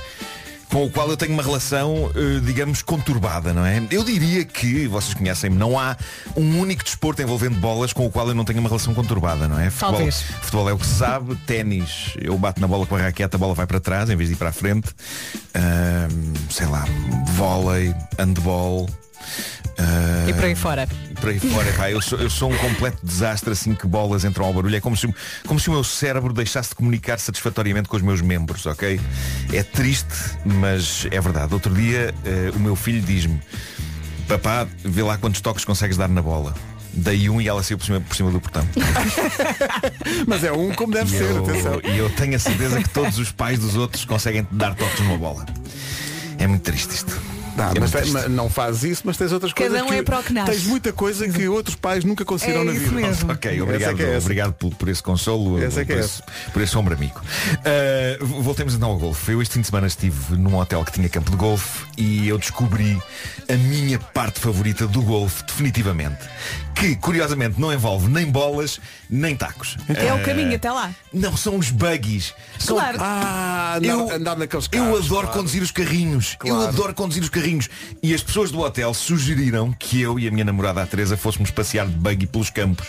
I: Com o qual eu tenho uma relação, ah, digamos, conturbada, não é? Eu diria que, vocês conhecem-me, não há um único desporto envolvendo bolas com o qual eu não tenho uma relação conturbada, não é? Futebol,
G: Talvez.
I: futebol é o que se sabe, ténis, eu bato na bola com a raquete, a bola vai para trás em vez de ir para a frente. Ahm, sei lá, vôlei, handball. ah,
G: E por aí fora.
I: por aí fora, pá, eu sou, eu sou um completo desastre assim que bolas entram ao barulho. É como se, como se o meu cérebro deixasse de comunicar satisfatoriamente com os meus membros, ok? É triste, mas é verdade. Outro dia eh, o meu filho diz-me, papá, vê lá quantos toques consegues dar na bola. Dei um e ela saiu por cima, por cima do portão.
A: Mas é um como deve
I: E
A: ser,
I: eu-
A: atenção.
I: E eu tenho a certeza que todos os pais dos outros conseguem dar toques numa bola. É muito triste isto.
A: Não,
I: é
A: mas
I: muito
A: tem-
I: triste.
A: mas não faz isso, mas tens outras
G: Cada
A: coisas.
G: um é para o que nasce.
A: Tens muita coisa que outros pais nunca conseguiram
G: É
A: na
G: isso
A: vida.
G: mesmo.
I: Ok,
A: Essa é
I: obrigado,
A: que é essa.
I: obrigado por, por esse consolo,
A: Essa é que
I: por,
A: é
I: esse, por esse ombro amigo. Uh, voltemos então ao golfe. Eu este fim de semana estive num hotel que tinha campo de golfe e eu descobri a minha parte favorita do golfe, definitivamente. Que, curiosamente, não envolve nem bolas, nem tacos.
C: Então-
G: É o
I: Uh,
G: caminho até lá.
I: Não, são os buggies. São-
G: Claro.
A: Ah, andar,
I: eu,
A: andar naqueles
I: eu
A: carros.
I: adoro
A: claro.
I: conduzir os carrinhos. Eu
A: Claro.
I: adoro conduzir os carrinhos. E as pessoas do hotel sugeriram que eu e a minha namorada, a Teresa, fôssemos passear de buggy pelos campos.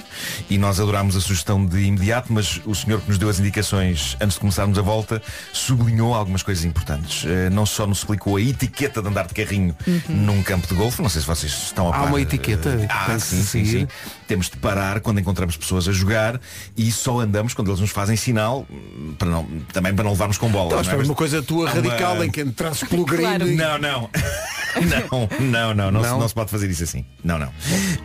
I: E nós adorámos a sugestão de imediato, mas o senhor que nos deu as indicações antes de começarmos a volta sublinhou algumas coisas importantes. Eh, não só nos explicou a etiqueta de andar de carrinho num campo de golfe, não sei se vocês estão a
A: Uhum. Há
I: par,
A: uma
I: eh,
A: etiqueta que tem
I: Ah,
A: que
I: sim, sim,
A: seguir.
I: sim. Temos de parar quando encontramos pessoas a jogar e só andamos quando eles nos fazem sinal, hum, para não, também para não levarmos com bola.
A: Então,
I: não
A: espera,
I: é? Mas-
A: uma coisa tua
I: Há
A: radical
I: uma-
A: em que entrasses pelo grilo
G: Claro.
A: e-
I: Não, não. não, não, não, não, se-
A: Não?
I: não se pode fazer isso assim. Não, não.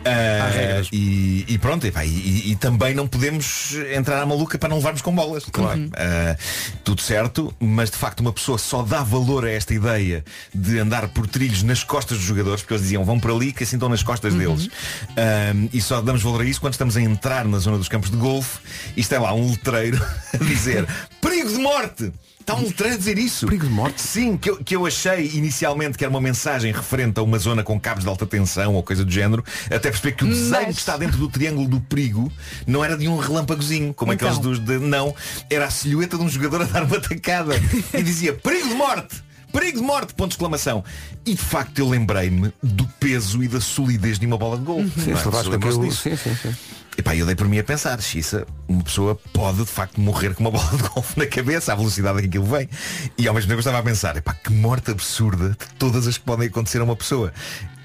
I: Ah,
A: regras.
I: e, e pronto, epá, e, e- e também não podemos entrar à maluca para não levarmos com bolas. Claro. Ah, tudo certo, mas de facto uma pessoa só dá valor a esta ideia de andar por trilhos nas costas dos jogadores, porque eles diziam vão por ali que assim estão nas costas deles. Ah, e só damos valor a isso quando estamos a entrar na zona dos campos de golfe e tem lá um letreiro a dizer perigo de morte! Está um letreiro a dizer isso.
A: Perigo de morte?
I: Sim, que eu, que eu achei inicialmente que era uma mensagem referente a uma zona com cabos de alta tensão ou coisa do género, até perceber que o desenho
G: Mas-
I: que está dentro do triângulo do perigo não era de um relâmpagozinho, como
G: Então.
I: aqueles dos de. Não, era a silhueta de um jogador a dar uma tacada e dizia perigo de morte! Perigo de morte! Ponto de exclamação. E de facto eu lembrei-me do peso e da solidez de uma bola de gol. é?
A: Sim, se levares com aquilo- sim, sim, sim.
I: Epá, eu dei por mim a pensar, Xissa, uma pessoa pode de facto morrer com uma bola de golfe na cabeça, à velocidade em que aquilo vem. E ao mesmo tempo eu estava a pensar, epá, que morte absurda de todas as que podem acontecer a uma pessoa.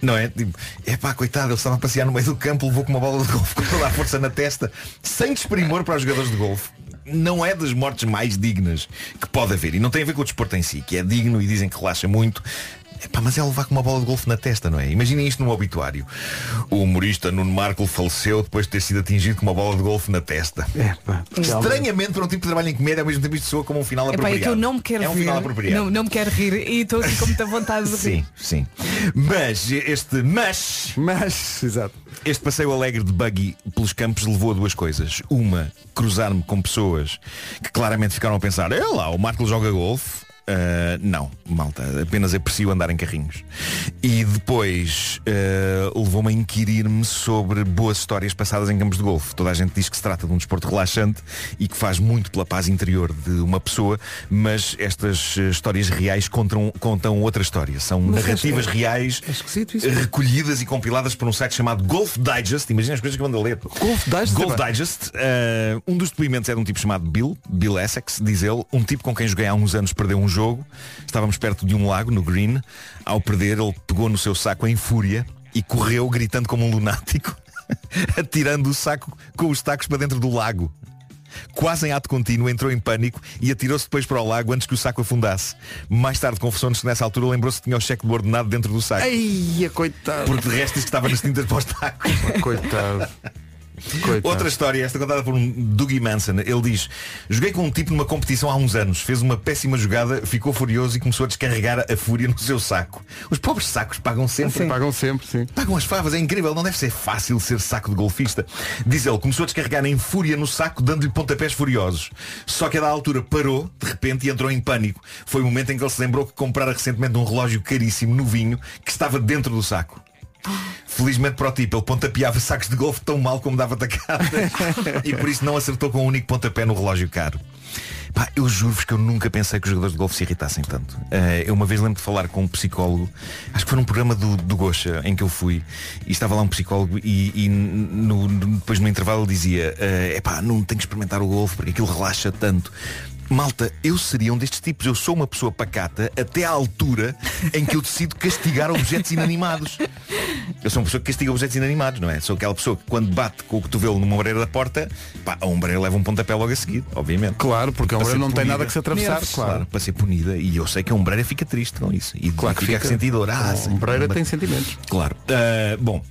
I: Não é? Tipo, epá, coitado, ele estava a passear no meio do campo, levou com uma bola de golfe com toda a força na testa, sem desprimor para os jogadores de golfe. Não é das mortes mais dignas que pode haver. E não tem a ver com o desporto em si, que é digno e dizem que relaxa muito. Epá, mas é levar com uma bola de golfe na testa, não é? Imaginem isto num obituário. O humorista Nuno Marco faleceu depois de ter sido atingido com uma bola de golfe na testa. Estranhamente para um tipo de trabalho em comédia, ao mesmo tempo isto soa como um final
G: Epá, é
I: apropriado.
G: que eu não me quero
I: É um
G: rir.
I: final apropriado.
G: Não, não me quero rir e estou aqui com muita vontade de rir.
I: Sim, sim. Mas este mas
A: Mas, exato.
I: este passeio alegre de buggy pelos campos levou a duas coisas. Uma, cruzar-me com pessoas que claramente ficaram a pensar, é lá, o Marco joga golfe. Ah, não, malta, apenas aprecio andar em carrinhos. E depois ah, levou-me a inquirir-me sobre boas histórias passadas em campos de golfe. Toda a gente diz que se trata de um desporto relaxante e que faz muito pela paz interior de uma pessoa, mas estas eh, histórias reais contam, contam outra história. São narrativas reais eh,
A: é esquisito isso.
I: recolhidas e compiladas por um site chamado Golf Digest. Imagina as coisas que eu ando a ler.
A: Golf Digest,
I: Golf
A: epá.
I: Digest. eh, um dos depoimentos é de um tipo chamado Bill, Bill Essex, diz ele, um tipo com quem joguei há uns anos perdeu um jogo. Estávamos perto de um lago, no Green. Ao perder, ele pegou no seu saco em fúria e correu gritando como um lunático, atirando o saco com os tacos para dentro do lago quase em ato contínuo, entrou em pânico e atirou-se depois para o lago antes que o saco afundasse. Mais tarde confessou-nos que nessa altura lembrou-se que tinha o cheque do ordenado dentro do saco.
A: Ai, coitado.
I: Porque de resto diz que estava nas tintas para os tacos.
A: é. Coitado. Coitado.
I: Outra história, esta contada por um Dougie Manson. Ele diz, joguei com um tipo numa competição há uns anos, fez uma péssima jogada, ficou furioso e começou a descarregar a fúria no seu saco. Os pobres sacos pagam sempre.
A: Pagam sempre, sim.
I: Pagam as favas, é incrível, não deve ser fácil ser saco de golfista. Diz ele, começou a descarregar em fúria no saco, dando-lhe pontapés furiosos. Só que a da altura parou, de repente, e entrou em pânico. Foi o momento em que ele se lembrou que comprara recentemente um relógio caríssimo, novinho, que estava dentro do saco. Felizmente para o tipo, ele pontapeava sacos de golfe tão mal como dava tacadas e por isso não acertou com um único pontapé no relógio caro. Pá, eu juro-vos que eu nunca pensei que os jogadores de golfe se irritassem tanto. Eh, eu uma vez lembro de falar com um psicólogo, acho que foi num programa do, do Gocha em que eu fui, e estava lá um psicólogo e, e no- no- depois no intervalo ele dizia, é epá, não tenho que experimentar o golfe porque aquilo relaxa tanto. Malta, eu seria um destes tipos. Eu sou uma pessoa pacata até à altura em que eu decido castigar objetos inanimados. Eu sou uma pessoa que castiga objetos inanimados, não é? Sou aquela pessoa que quando bate com o cotovelo numa ombreira da porta, pá, a ombreira leva um pontapé logo a seguir, obviamente.
A: Claro, porque a
I: Para
A: ombreira não
I: ser
A: tem
I: punida.
A: nada que se atravessar,
I: Nervos,
A: claro.
I: Para ser punida. E eu sei que a ombreira fica triste com isso. E
A: Claro que
I: fica,
A: fica.
I: a sentir dor. Ah,
A: A
I: sim,
A: ombreira
I: caramba.
A: tem sentimentos.
I: Claro. Ah, bom.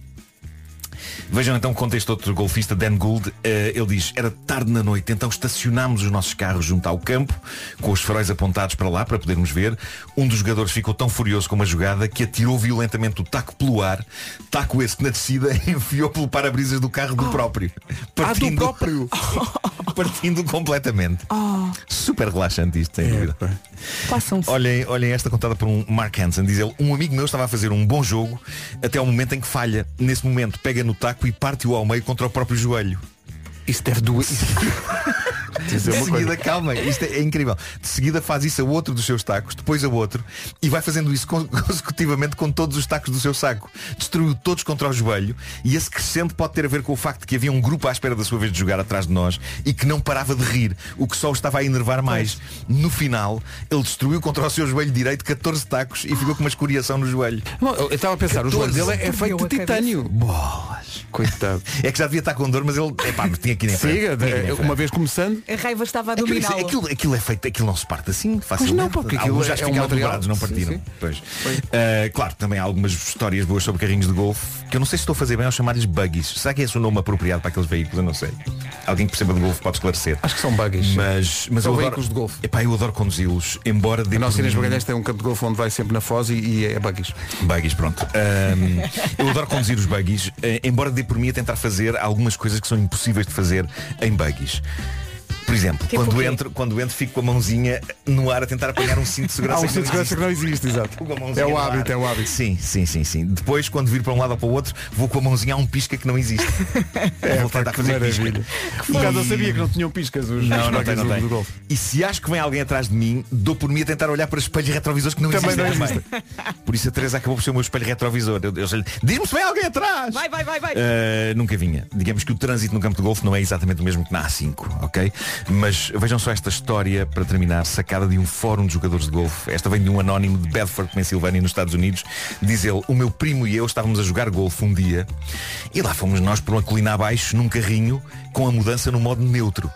I: Vejam então o contexto de outro golfista, Dan Gould. Eh, ele diz, era tarde na noite, então estacionámos os nossos carros junto ao campo, com os faróis apontados para lá, para podermos ver. Um dos jogadores ficou tão furioso com uma jogada que atirou violentamente o taco pelo ar, taco esse que na descida enfiou pelo para-brisas do carro do próprio. Partindo,
A: próprio?
I: partindo completamente. Super relaxante isto, sem dúvida.
G: Passam-se.
I: Olhem, olhem esta contada por um Mark Hansen. Diz ele, um amigo meu estava a fazer um bom jogo até ao momento em que falha. Nesse momento pega no taco e parte-o ao meio contra o próprio joelho.
A: Isso deve doer.
I: De seguida, calma, isto é, é incrível. De seguida faz isso a outro dos seus tacos, depois a outro, e vai fazendo isso con- consecutivamente com todos os tacos do seu saco. Destruiu todos contra o joelho, e esse crescente pode ter a ver com o facto de que havia um grupo à espera da sua vez de jogar atrás de nós e que não parava de rir, o que só o estava a enervar mais. No final, ele destruiu contra o seu joelho direito 14 tacos e ficou com uma escoriação no joelho.
A: Bom, eu estava a pensar, o joelho dele é- é feito de
G: Perdeu a
A: titânio.
I: Bolas!
A: Coitado.
I: É que já devia estar com dor, mas ele. Epá, mas tinha aqui nem
A: Siga, é, uma vez começando,
G: A raiva estava a
I: Aquilo,
G: dominá-lo.
I: aquilo- aquilo é feito, aquilo não se parte assim, facilmente.
A: não, porque aquilo
I: Alguns já
A: é um
I: ficaram
A: material.
I: dobrados, não
A: Sim,
I: partiram.
A: sim.
I: Pois. Ah, claro, também há algumas histórias boas sobre carrinhos de golfe, que eu não sei se estou a fazer bem ao chamar-lhes buggies. Será que é esse o nome apropriado para aqueles veículos? Eu não sei. Alguém que perceba de golfe pode esclarecer.
A: acho que são buggies.
I: Mas, mas
A: São
I: eu adoro,
A: veículos de golfe.
I: Epá, eu adoro conduzi-los, embora de
A: A nossa Inês Bagalhães tem um campo de golfe onde vai sempre na foz e, e é buggies.
I: Buggies, pronto. Ahm, eu adoro conduzir os buggies, eh, embora dê por mim a tentar fazer algumas coisas que são impossíveis de fazer em buggies. Por exemplo, quando, entro, quando entro fico com a mãozinha no ar a tentar apanhar um cinto de segurança.
A: Há um
I: que não
A: cinto de segurança
I: existe.
A: que não existe, exato.
I: Com a mãozinha
A: É o
I: no ar.
A: hábito, é o hábito.
I: Sim, sim, sim, sim. Depois, quando vir para um lado ou para o outro, vou com a mãozinha a um pisca que não existe. vou tentar
A: É, Que
I: fazer pisca.
A: maravilha. Por acaso eu sabia que não tinham piscas os
I: Não,
A: os
I: não tem,
A: buggies
I: não
A: do-
I: tem.
A: do golfe.
I: E se acho que vem alguém atrás de mim, dou por mim a tentar olhar para espelhos retrovisores que não
A: Também
I: existem.
A: não
I: Por isso a Teresa acabou por ser o meu espelho retrovisor. Eu, eu sei-lhe, diz-me se vem alguém atrás.
G: Vai, vai, vai, vai.
I: Uh, nunca vinha. Digamos que o trânsito no campo de golfe não é exatamente o mesmo que na A5, ok? Mas vejam só esta história, para terminar, sacada de um fórum de jogadores de golfe. Esta vem de um anónimo de Bedford, Pensilvânia, nos Estados Unidos. Diz ele, o meu primo e eu estávamos a jogar golfe um dia e lá fomos nós por uma colina abaixo, num carrinho, com a mudança no modo neutro.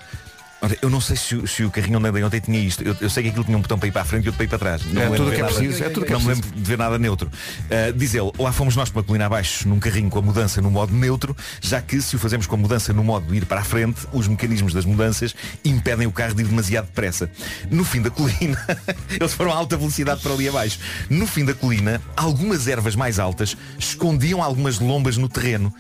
I: Ora, eu não sei se, o- se o carrinho onde andei ontem tinha isto. Eu, eu sei que aquilo tinha um botão para ir para a frente e outro para ir para trás. Não
A: É
I: me lembro
A: tudo
I: de
A: que é
I: nada-
A: preciso, é tudo que é
I: Não me lembro de ver nada neutro. Ah, diz ele, lá fomos nós para a colina abaixo num carrinho com a mudança no modo neutro, já que se o fazemos com a mudança no modo de ir para a frente, os mecanismos das mudanças impedem o carro de ir demasiado depressa. No fim da colina, eles foram a alta velocidade para ali abaixo. No fim da colina, algumas ervas mais altas escondiam algumas lombas no terreno.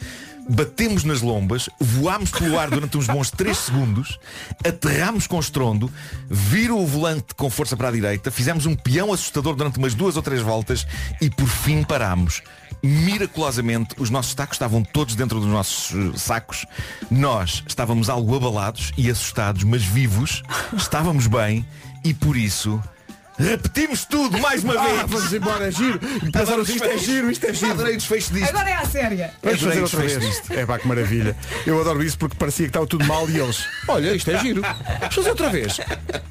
I: Batemos nas lombas, voámos pelo ar durante uns bons 3 segundos, aterrámos com estrondo, virou o volante com força para a direita, fizemos um peão assustador durante umas duas ou três voltas e por fim parámos. Miraculosamente, os nossos tacos estavam todos dentro dos nossos eh, sacos. Nós estávamos algo abalados e assustados, mas vivos, estávamos bem e por isso repetimos tudo mais uma vez.
A: Ah, vamos embora, é giro. E Pensaram, isto é giro, isto é giro.
I: Adorei o desfecho disto.
G: Agora é a séria.
A: Vamos fazer
I: Adorei o
A: outra
I: desfecho
A: vez.
I: disto.
A: É pá, que maravilha. Eu adoro isso porque parecia que estava tudo mal e eles. Olha, isto é giro. Vamos fazer outra vez.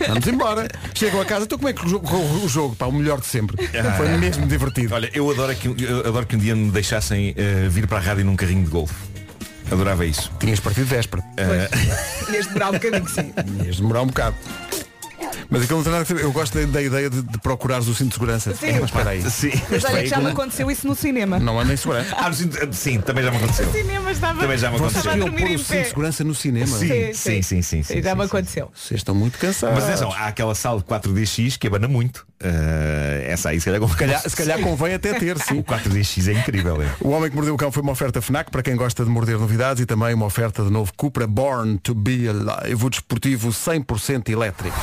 A: Vamos embora. Chegam a casa, então como é que o jogo- correu o jogo? Pá, o melhor de sempre. Foi mesmo divertido.
I: Olha, eu adoro que, eu adoro que um dia me deixassem eh, vir para a rádio num carrinho de golfe. Adorava isso.
A: Tinhas partido véspera.
G: Ias demorar um bocadinho, sim.
A: Tinhas de É demorar um bocado. Mas aquilo não tem nada a ver. Eu gosto da, da ideia de, de procurares o cinto de segurança.
G: Sim.
A: É, mas espera aí.
I: Sim.
G: Mas olha que já me aconteceu isso no cinema.
A: Não andem segurança.
I: Ah, no cinto- sim, também já me aconteceu.
G: No cinema estava,
I: Também já me
G: estava
A: Vocês
G: a
I: aconteceu.
A: queriam pôr
G: dormir
A: o
G: em
A: cinto
G: pé.
A: de segurança no cinema.
I: Sim, sim, sim, sim, sim,
G: já me
I: sim, sim.
G: aconteceu.
A: Vocês estão muito cansados.
I: Mas atenção, há aquela sala de 4DX que abana muito. Eh, essa aí, se calhar,
A: Se calhar- se calhar convém até ter, sim.
I: O 4DX é incrível, é.
A: O Homem que Mordeu o Cão foi uma oferta FNAC para quem gosta de morder novidades e também uma oferta de novo Cupra Born to be Alive, o desportivo 100% elétrico.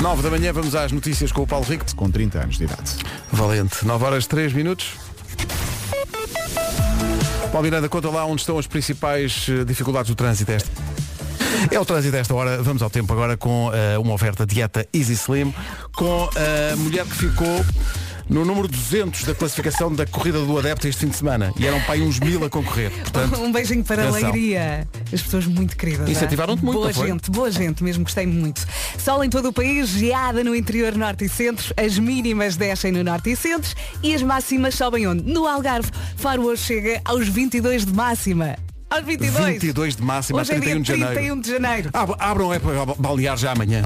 A: 9 da manhã vamos às notícias com o Paulo Rico.
J: Com 30 anos de idade.
A: Valente, 9 horas 3 minutos. Paulo Miranda, conta lá onde estão as principais eh, dificuldades do trânsito. a Esta. É o trânsito a esta hora, vamos ao tempo agora com eh, uma oferta dieta Easy Slim com a mulher que ficou no número 200 da classificação da corrida do adepto este fim de semana e eram para aí uns mil a concorrer. Portanto,
G: um beijinho para
A: atenção.
G: a Leiria. As pessoas muito queridas.
A: Incentivaram-te
G: não é?
A: muito,
G: Boa
A: não foi?
G: gente, boa gente mesmo, gostei muito. Sol em todo o país, geada no interior norte e centro, as mínimas descem no norte e centro e as máximas sobem onde? No Algarve. Faro hoje chega aos 22 de máxima. Aos 22.
A: 22 de máxima,
G: Hoje é
A: 31 de
G: dia
A: janeiro.
G: 31 de janeiro.
A: Ab- Abram é para balear já amanhã.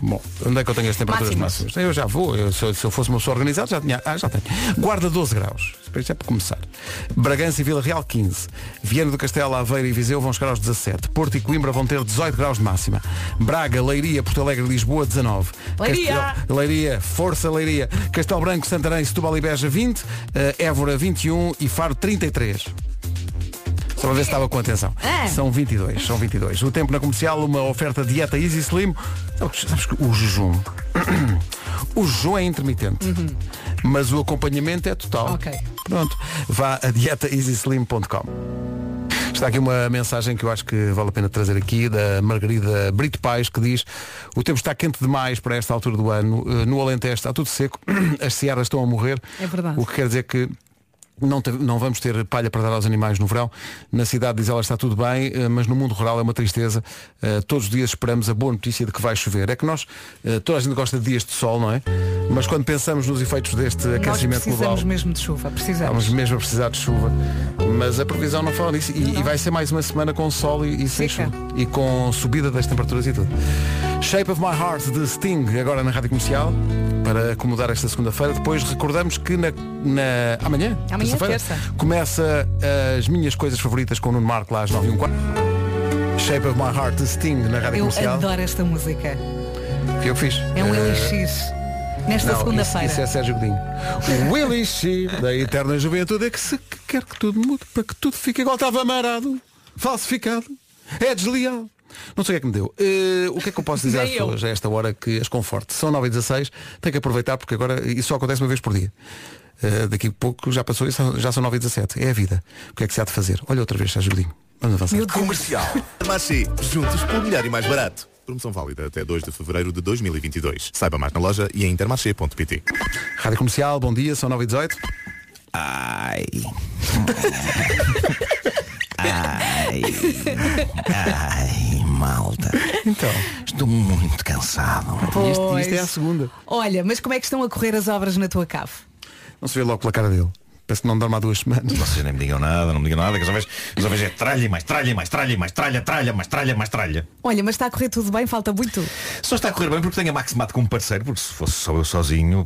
A: Bom, onde é que eu tenho as temperaturas
G: Máximas.
A: máximas? Eu já vou, eu, se, eu- se eu fosse uma pessoa organizada já tinha. Ah, já tenho. Guarda 12 graus. Isto é para começar. Bragança e Vila Real 15. Viana do Castelo, Aveiro e Viseu vão chegar aos 17. Porto e Coimbra vão ter 18 graus de máxima. Braga, Leiria, Porto Alegre e Lisboa 19.
G: Leiria!
A: Castel- Leiria, força Leiria. Castelo Branco, Santarém, Setúbal e Beja 20. eh, Évora 21 e Faro 33. Só para ver se estava com atenção.
G: Ah.
A: São 22, são 22. O tempo na comercial, uma oferta dieta Easy Slim. Sabes que- Sabes que o jejum. O jejum é intermitente. Mas o acompanhamento é total.
G: Uhum. Ok.
A: Pronto. Vá a dietaeasyslim.com. Está aqui uma mensagem que eu acho que vale a pena trazer aqui da Margarida Brito Pais que diz o tempo está quente demais para esta altura do ano, Eh, no Alentejo está tudo seco, as searas estão a morrer.
G: É verdade.
A: O que quer dizer que não, te- não vamos ter palha para dar aos animais no verão. Na cidade diz ela está tudo bem, eh, mas no mundo rural é uma tristeza. Eh, Todos os dias esperamos a boa notícia de que vai chover. É que nós, eh, toda a gente gosta de dias de sol, não é? Mas quando pensamos nos efeitos deste
G: Nós
A: aquecimento
G: precisamos
A: global.
G: mesmo de chuva, precisamos.
A: Estamos mesmo a precisar de chuva. Mas a previsão não fala nisso. E, e vai ser mais uma semana com sol e, e sem
G: Fica.
A: chuva. E com subida das temperaturas e tudo. Shape of My Heart de Sting, agora na Rádio Comercial, para acomodar esta segunda-feira. Depois recordamos que na, na- amanhã,
G: Amanhã,
A: terça-feira,
G: terça.
A: começa as minhas coisas favoritas com o Nuno Marco lá às 9 e um quarto. Shape of My Heart de Sting na Rádio
G: Eu
A: Comercial.
G: adoro esta música.
A: Que eu fiz.
G: É um
A: Eh,
G: elixir. Nesta
A: não,
G: segunda-feira.
A: Isso, isso é Sérgio Godinho. O Willy Chi, da eterna juventude, é que se quer que tudo mude, para que tudo fique igual. Estava amarado, falsificado, é desleal. Não sei o que é que me deu. Eh, o que é que eu posso dizer às
G: Nem eu.
A: pessoas a esta hora que as conforte? São 9 e 16 tem que aproveitar porque agora isso só acontece uma vez por dia. Eh, daqui a pouco já passou, isso, já são 9 e 17 É a vida. O que é que se há de fazer? Olha outra vez, Sérgio Godinho. Vamos avançar.
J: Comercial. Marci, juntos por melhor e mais barato. Promoção válida até 2 de fevereiro de 2022. Saiba mais na loja e em intermarché.pt.
A: Rádio Comercial, bom dia, são 9 e 18
I: Ai. Ai. Ai, malta.
A: Então,
I: Estou muito cansado.
A: isto,
G: Pois.
A: isto é a segunda.
G: Olha, mas como é que estão a correr as obras na tua cave?
A: Não se vê logo pela cara dele. Parece que não dorme há duas semanas.
I: Vocês nem me digam nada, não me digam nada, que as ovelhas, as ovelhas é tralha e mais tralha e mais tralha e mais tralha, tralha, mais tralha, mais tralha.
G: Olha, mas está a correr tudo bem, falta muito.
I: Só está a correr bem porque tenho a Maximato como parceiro, porque se fosse só eu sozinho.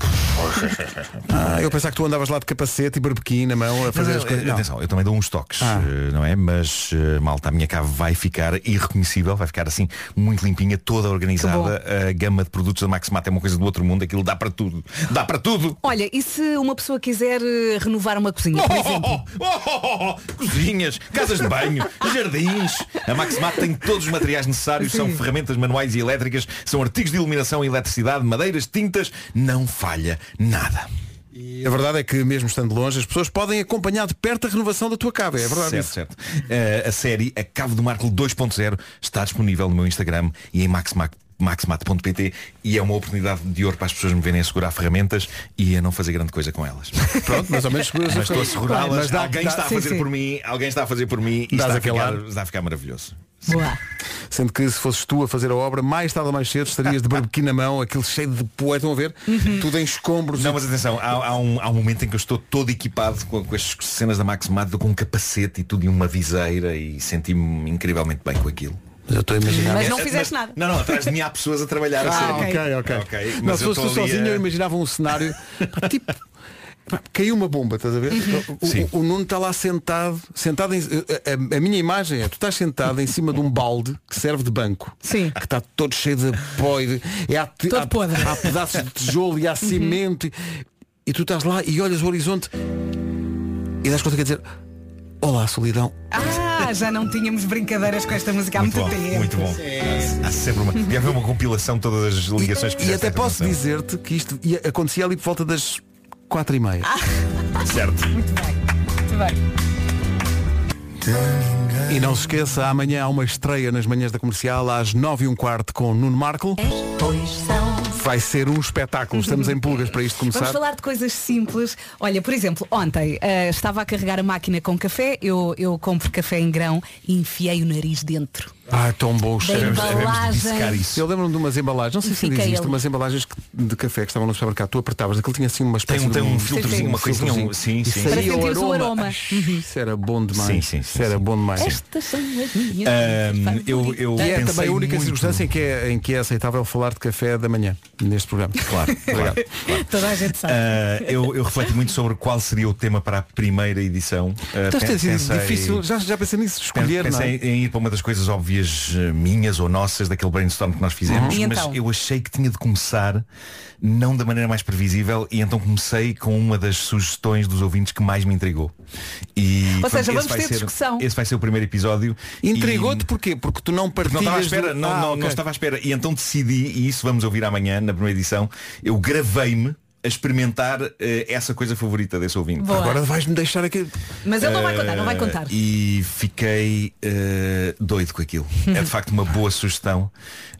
A: Ah, eu pensava que tu andavas lá de capacete e barbequim na mão a fazer
I: Não,
A: as coisas.
I: eh,
A: Não.
I: Atenção, eu também dou uns toques,
A: Ah.
I: eh, não é? Mas, eh, malta, a minha cave vai ficar irreconhecível, vai ficar assim muito limpinha, toda organizada. A gama de produtos da Maximato é uma coisa do outro mundo, aquilo dá para tudo. Dá para tudo!
G: Olha, e se uma pessoa quiser eh, renovar uma cozinha, por exemplo?
I: Oh, oh, oh, oh, oh. Cozinhas, casas de banho, jardins. A Maximat tem todos os materiais necessários, são ferramentas manuais e elétricas, são artigos de iluminação e eletricidade, madeiras, tintas, não falha nada.
A: E a verdade é que mesmo estando longe, as pessoas podem acompanhar de perto a renovação da tua cave. É verdade
I: certo,
A: isso.
I: certo. Eh, a série A Cave do Marco 2.0 está disponível no meu Instagram e em maxmat- maxmat.pt e é uma oportunidade de ouro para as pessoas me verem a segurar ferramentas e a não fazer grande coisa com elas.
A: Pronto, mais ou menos seguras
I: Mas estou a segurá-las,
A: Mas dá-
I: alguém
A: dá-
I: está a
G: sim,
I: fazer
G: sim.
I: por mim, alguém está a fazer por mim e
A: Dás
I: está a,
A: aquele
I: ficar,
A: ar.
I: está a ficar maravilhoso.
G: Boa.
A: Sendo que se fosses tu a fazer a obra, mais tarde ou mais cedo estarias de barbequim na mão, aquilo cheio de poeira, estão a ver? Tudo em escombros.
I: Uhum. Não, mas atenção, há, há um, há um momento em que eu estou todo equipado com, com as cenas da Max Mato, com um capacete e tudo e uma viseira e senti-me incrivelmente bem com aquilo.
A: Mas eu estou a imaginar.
G: Mas
I: É,
G: não fizeste nada.
I: Não, não, atrás de mim há pessoas a trabalhar a
A: Ah,
I: sério.
A: ok, ok.
I: ok.
A: Não,
I: Mas
A: se
I: eu
A: fosse tu
I: estou ali
A: sozinho,
I: a-
A: eu imaginava um cenário pá, tipo. pá, Caiu uma bomba, estás a ver? O-
I: Sim.
A: O, o Nuno está lá sentado, sentado em, a, a- a minha imagem é, tu estás sentado em cima de um balde que serve de banco,
G: Sim.
A: que está todo cheio de pó, e de- e há, te-
G: Todo
A: há-
G: podre. Uhum.
A: há pedaços de tijolo e há cimento, e, e tu estás lá e olhas o horizonte e das conta que é dizer, olá solidão,
G: Ah, já não tínhamos brincadeiras com esta música há muito,
I: Muito bom,
G: tempo.
I: muito bom. Há sempre uma. Deve haver uma compilação de todas as ligações que
A: E
I: fizeste
A: até
I: à
A: posso
I: informação.
A: dizer-te que isto ia- acontecia ali por volta das quatro e meia.
I: Certo.
G: Muito bem.
A: E não se esqueça, amanhã há uma estreia nas manhãs da comercial às nove e um quarto com Nuno Marco.
H: Pois são.
A: Vai ser um espetáculo. Estamos em pulgas para isto
G: Vamos
A: começar.
G: falar de coisas simples. Olha, por exemplo, ontem ah, estava a carregar a máquina com café, eu, eu compro café em grão e enfiei o nariz dentro.
A: Ah, tão bom o cheiro.
G: Bem, Embalagem.
I: dissecar isso.
A: Eu lembro-me de umas embalagens, não sei
G: E
A: se ainda
G: fica
A: existe,
G: ele.
A: umas embalagens que- de café que estavam no supermercado, tu apertavas, aquilo tinha assim uma espécie
I: Tem um,
A: de
I: tem um filtrozinho, uma
A: um
I: coisinha. um-
A: filtrozinho.
I: Sim,
A: E
I: sim.
G: Para
A: saía o
G: sentires o
A: aroma. Uhum.
G: aroma.
A: Isso era bom demais.
I: Sim, sim,
A: Isso
I: sim,
A: era
I: sim.
A: bom demais.
G: Estas são as minhas.
I: Ahm, eu, eu
A: E é
I: pensei
A: também a única
I: muito-
A: circunstância em que, é, em que é aceitável falar de café da manhã, neste programa.
I: Claro, claro. claro.
G: Toda a gente sabe.
I: Ah, eu, eu refleti muito sobre qual seria o tema para a primeira edição. Ah,
A: Estás a
I: pen-
A: dizer
I: pensei-
A: difícil, já, já pensei nisso, escolher, não é?
I: Pensei em ir para uma das coisas óbvias eh, minhas ou nossas daquele brainstorm que nós fizemos,
G: Uhum. E
I: mas
G: então?
I: eu achei que tinha de começar não da maneira mais previsível e então comecei com uma das sugestões dos ouvintes que mais me intrigou. E,
G: Ou seja,
I: esse
G: vamos
I: vai
G: ter discussão.
I: Esse vai ser o primeiro episódio.
A: Intrigou-te
I: E-
A: porquê? Porque tu não
I: Porque não
A: partilhas
I: estava à espera,
A: do-
I: não,
A: Ah,
I: não,
A: ok.
I: não estava à espera. E então decidi, e isso vamos ouvir amanhã na primeira edição, eu gravei-me a experimentar eh, essa coisa favorita desse ouvinte.
G: Boa.
A: Agora vais-me deixar aqui.
G: Mas ele não vai contar, não vai contar.
I: Eh, E fiquei eh, doido com aquilo. É de facto uma boa sugestão.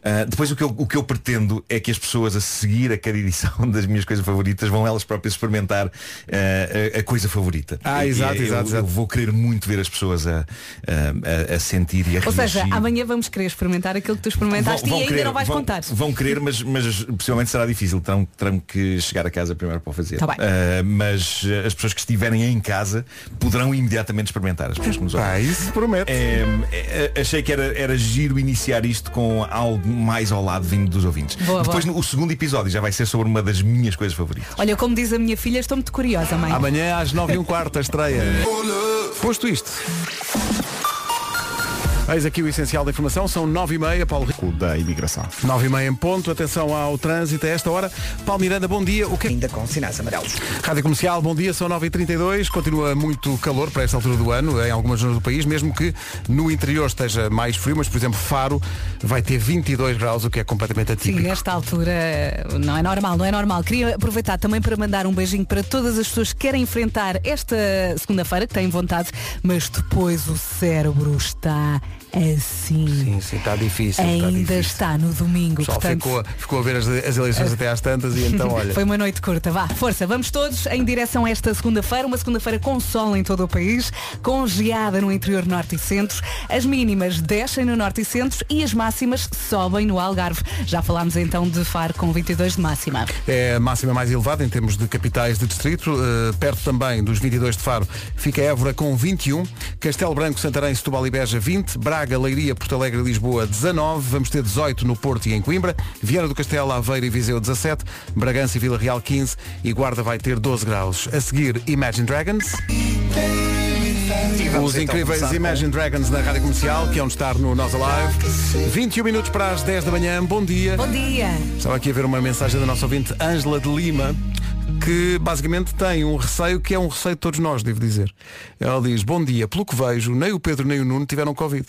I: Ah, depois o que, eu, o que eu pretendo é que as pessoas a seguir a cada edição das minhas coisas favoritas vão elas próprias experimentar eh, a, a coisa favorita.
A: Ah,
I: E-
A: exato,
I: e eu,
A: exato, exato.
I: eu vou querer muito ver as pessoas a, a- a- a sentir e a
G: Ou seja,
I: reagir.
G: amanhã vamos querer experimentar aquilo que tu experimentaste e ainda não vais
I: vão,
G: contar.
I: Vão querer, mas, mas possivelmente será difícil. Terão, terão que chegar a casa primeiro para o fazer.
G: Tá bem.
I: Ah, mas ah, as pessoas que estiverem em casa poderão imediatamente experimentar. As pessoas que nos ouvem.
A: Pá, isso promete.
I: É, é, achei que era, era giro iniciar isto com algo mais ao lado vindo dos ouvintes.
G: Boa,
I: Depois
G: boa.
I: no- o segundo episódio já vai ser sobre uma das minhas coisas favoritas.
G: Olha, como diz a minha filha, estou muito curiosa, mãe.
A: Amanhã às 9 e um quarto a estreia. Posto isto. Eis aqui o essencial da informação, são 9 e meia, Paulo Rico.
I: Da imigração.
A: 9 e meia em ponto, atenção ao trânsito a esta hora. Paulo Miranda, bom dia. O que é-
B: Ainda com sinais amarelos.
A: Rádio Comercial, bom dia, são 9h32, continua muito calor para esta altura do ano, em algumas zonas do país, mesmo que no interior esteja mais frio, mas por exemplo Faro vai ter 22 graus, o que é completamente
G: Sim,
A: atípico.
G: nesta altura não é normal, não é normal. Queria aproveitar também para mandar um beijinho para todas as pessoas que querem enfrentar esta segunda-feira, que têm vontade, mas depois o cérebro está
C: assim.
A: Sim, sim, está difícil. está
C: Ainda
A: difícil.
C: está no domingo,
A: O pessoal
C: portanto. eh,
A: ficou, ficou a ver as, as eleições até às tantas e então, olha.
C: Foi uma noite curta, vá, força, vamos todos em direção a esta segunda-feira, uma segunda-feira com sol em todo o país, com geada no interior norte e centro, as mínimas descem no norte e centro e as máximas sobem no Algarve. Já falámos então de Faro com 22 de máxima.
A: É a máxima mais elevada em termos de capitais de distrito. Eh, perto também dos 22 de Faro fica Évora com 21, Castelo Branco, Santarém, Setúbal e Beja 20, Braga, Leiria, Porto Alegre e Lisboa 19, vamos ter 18 no Porto e em Coimbra, Viana do Castelo, Aveiro e Viseu 17, Bragança e Vila Real 15 e Guarda vai ter 12 graus. A seguir, Imagine Dragons.
K: E vamos
A: Os
K: então
A: incríveis
K: começar com-
A: Imagine Dragons na Rádio Comercial, que é onde estar no Nós Alive. 21 minutos para as 10 da manhã. Bom dia.
C: Bom dia!
A: Estava aqui a ver uma mensagem da nossa ouvinte Ângela de Lima que basicamente tem um receio que é um receio de todos nós, devo dizer. Ela diz, bom dia, pelo que vejo, nem o Pedro nem o Nuno tiveram Covid.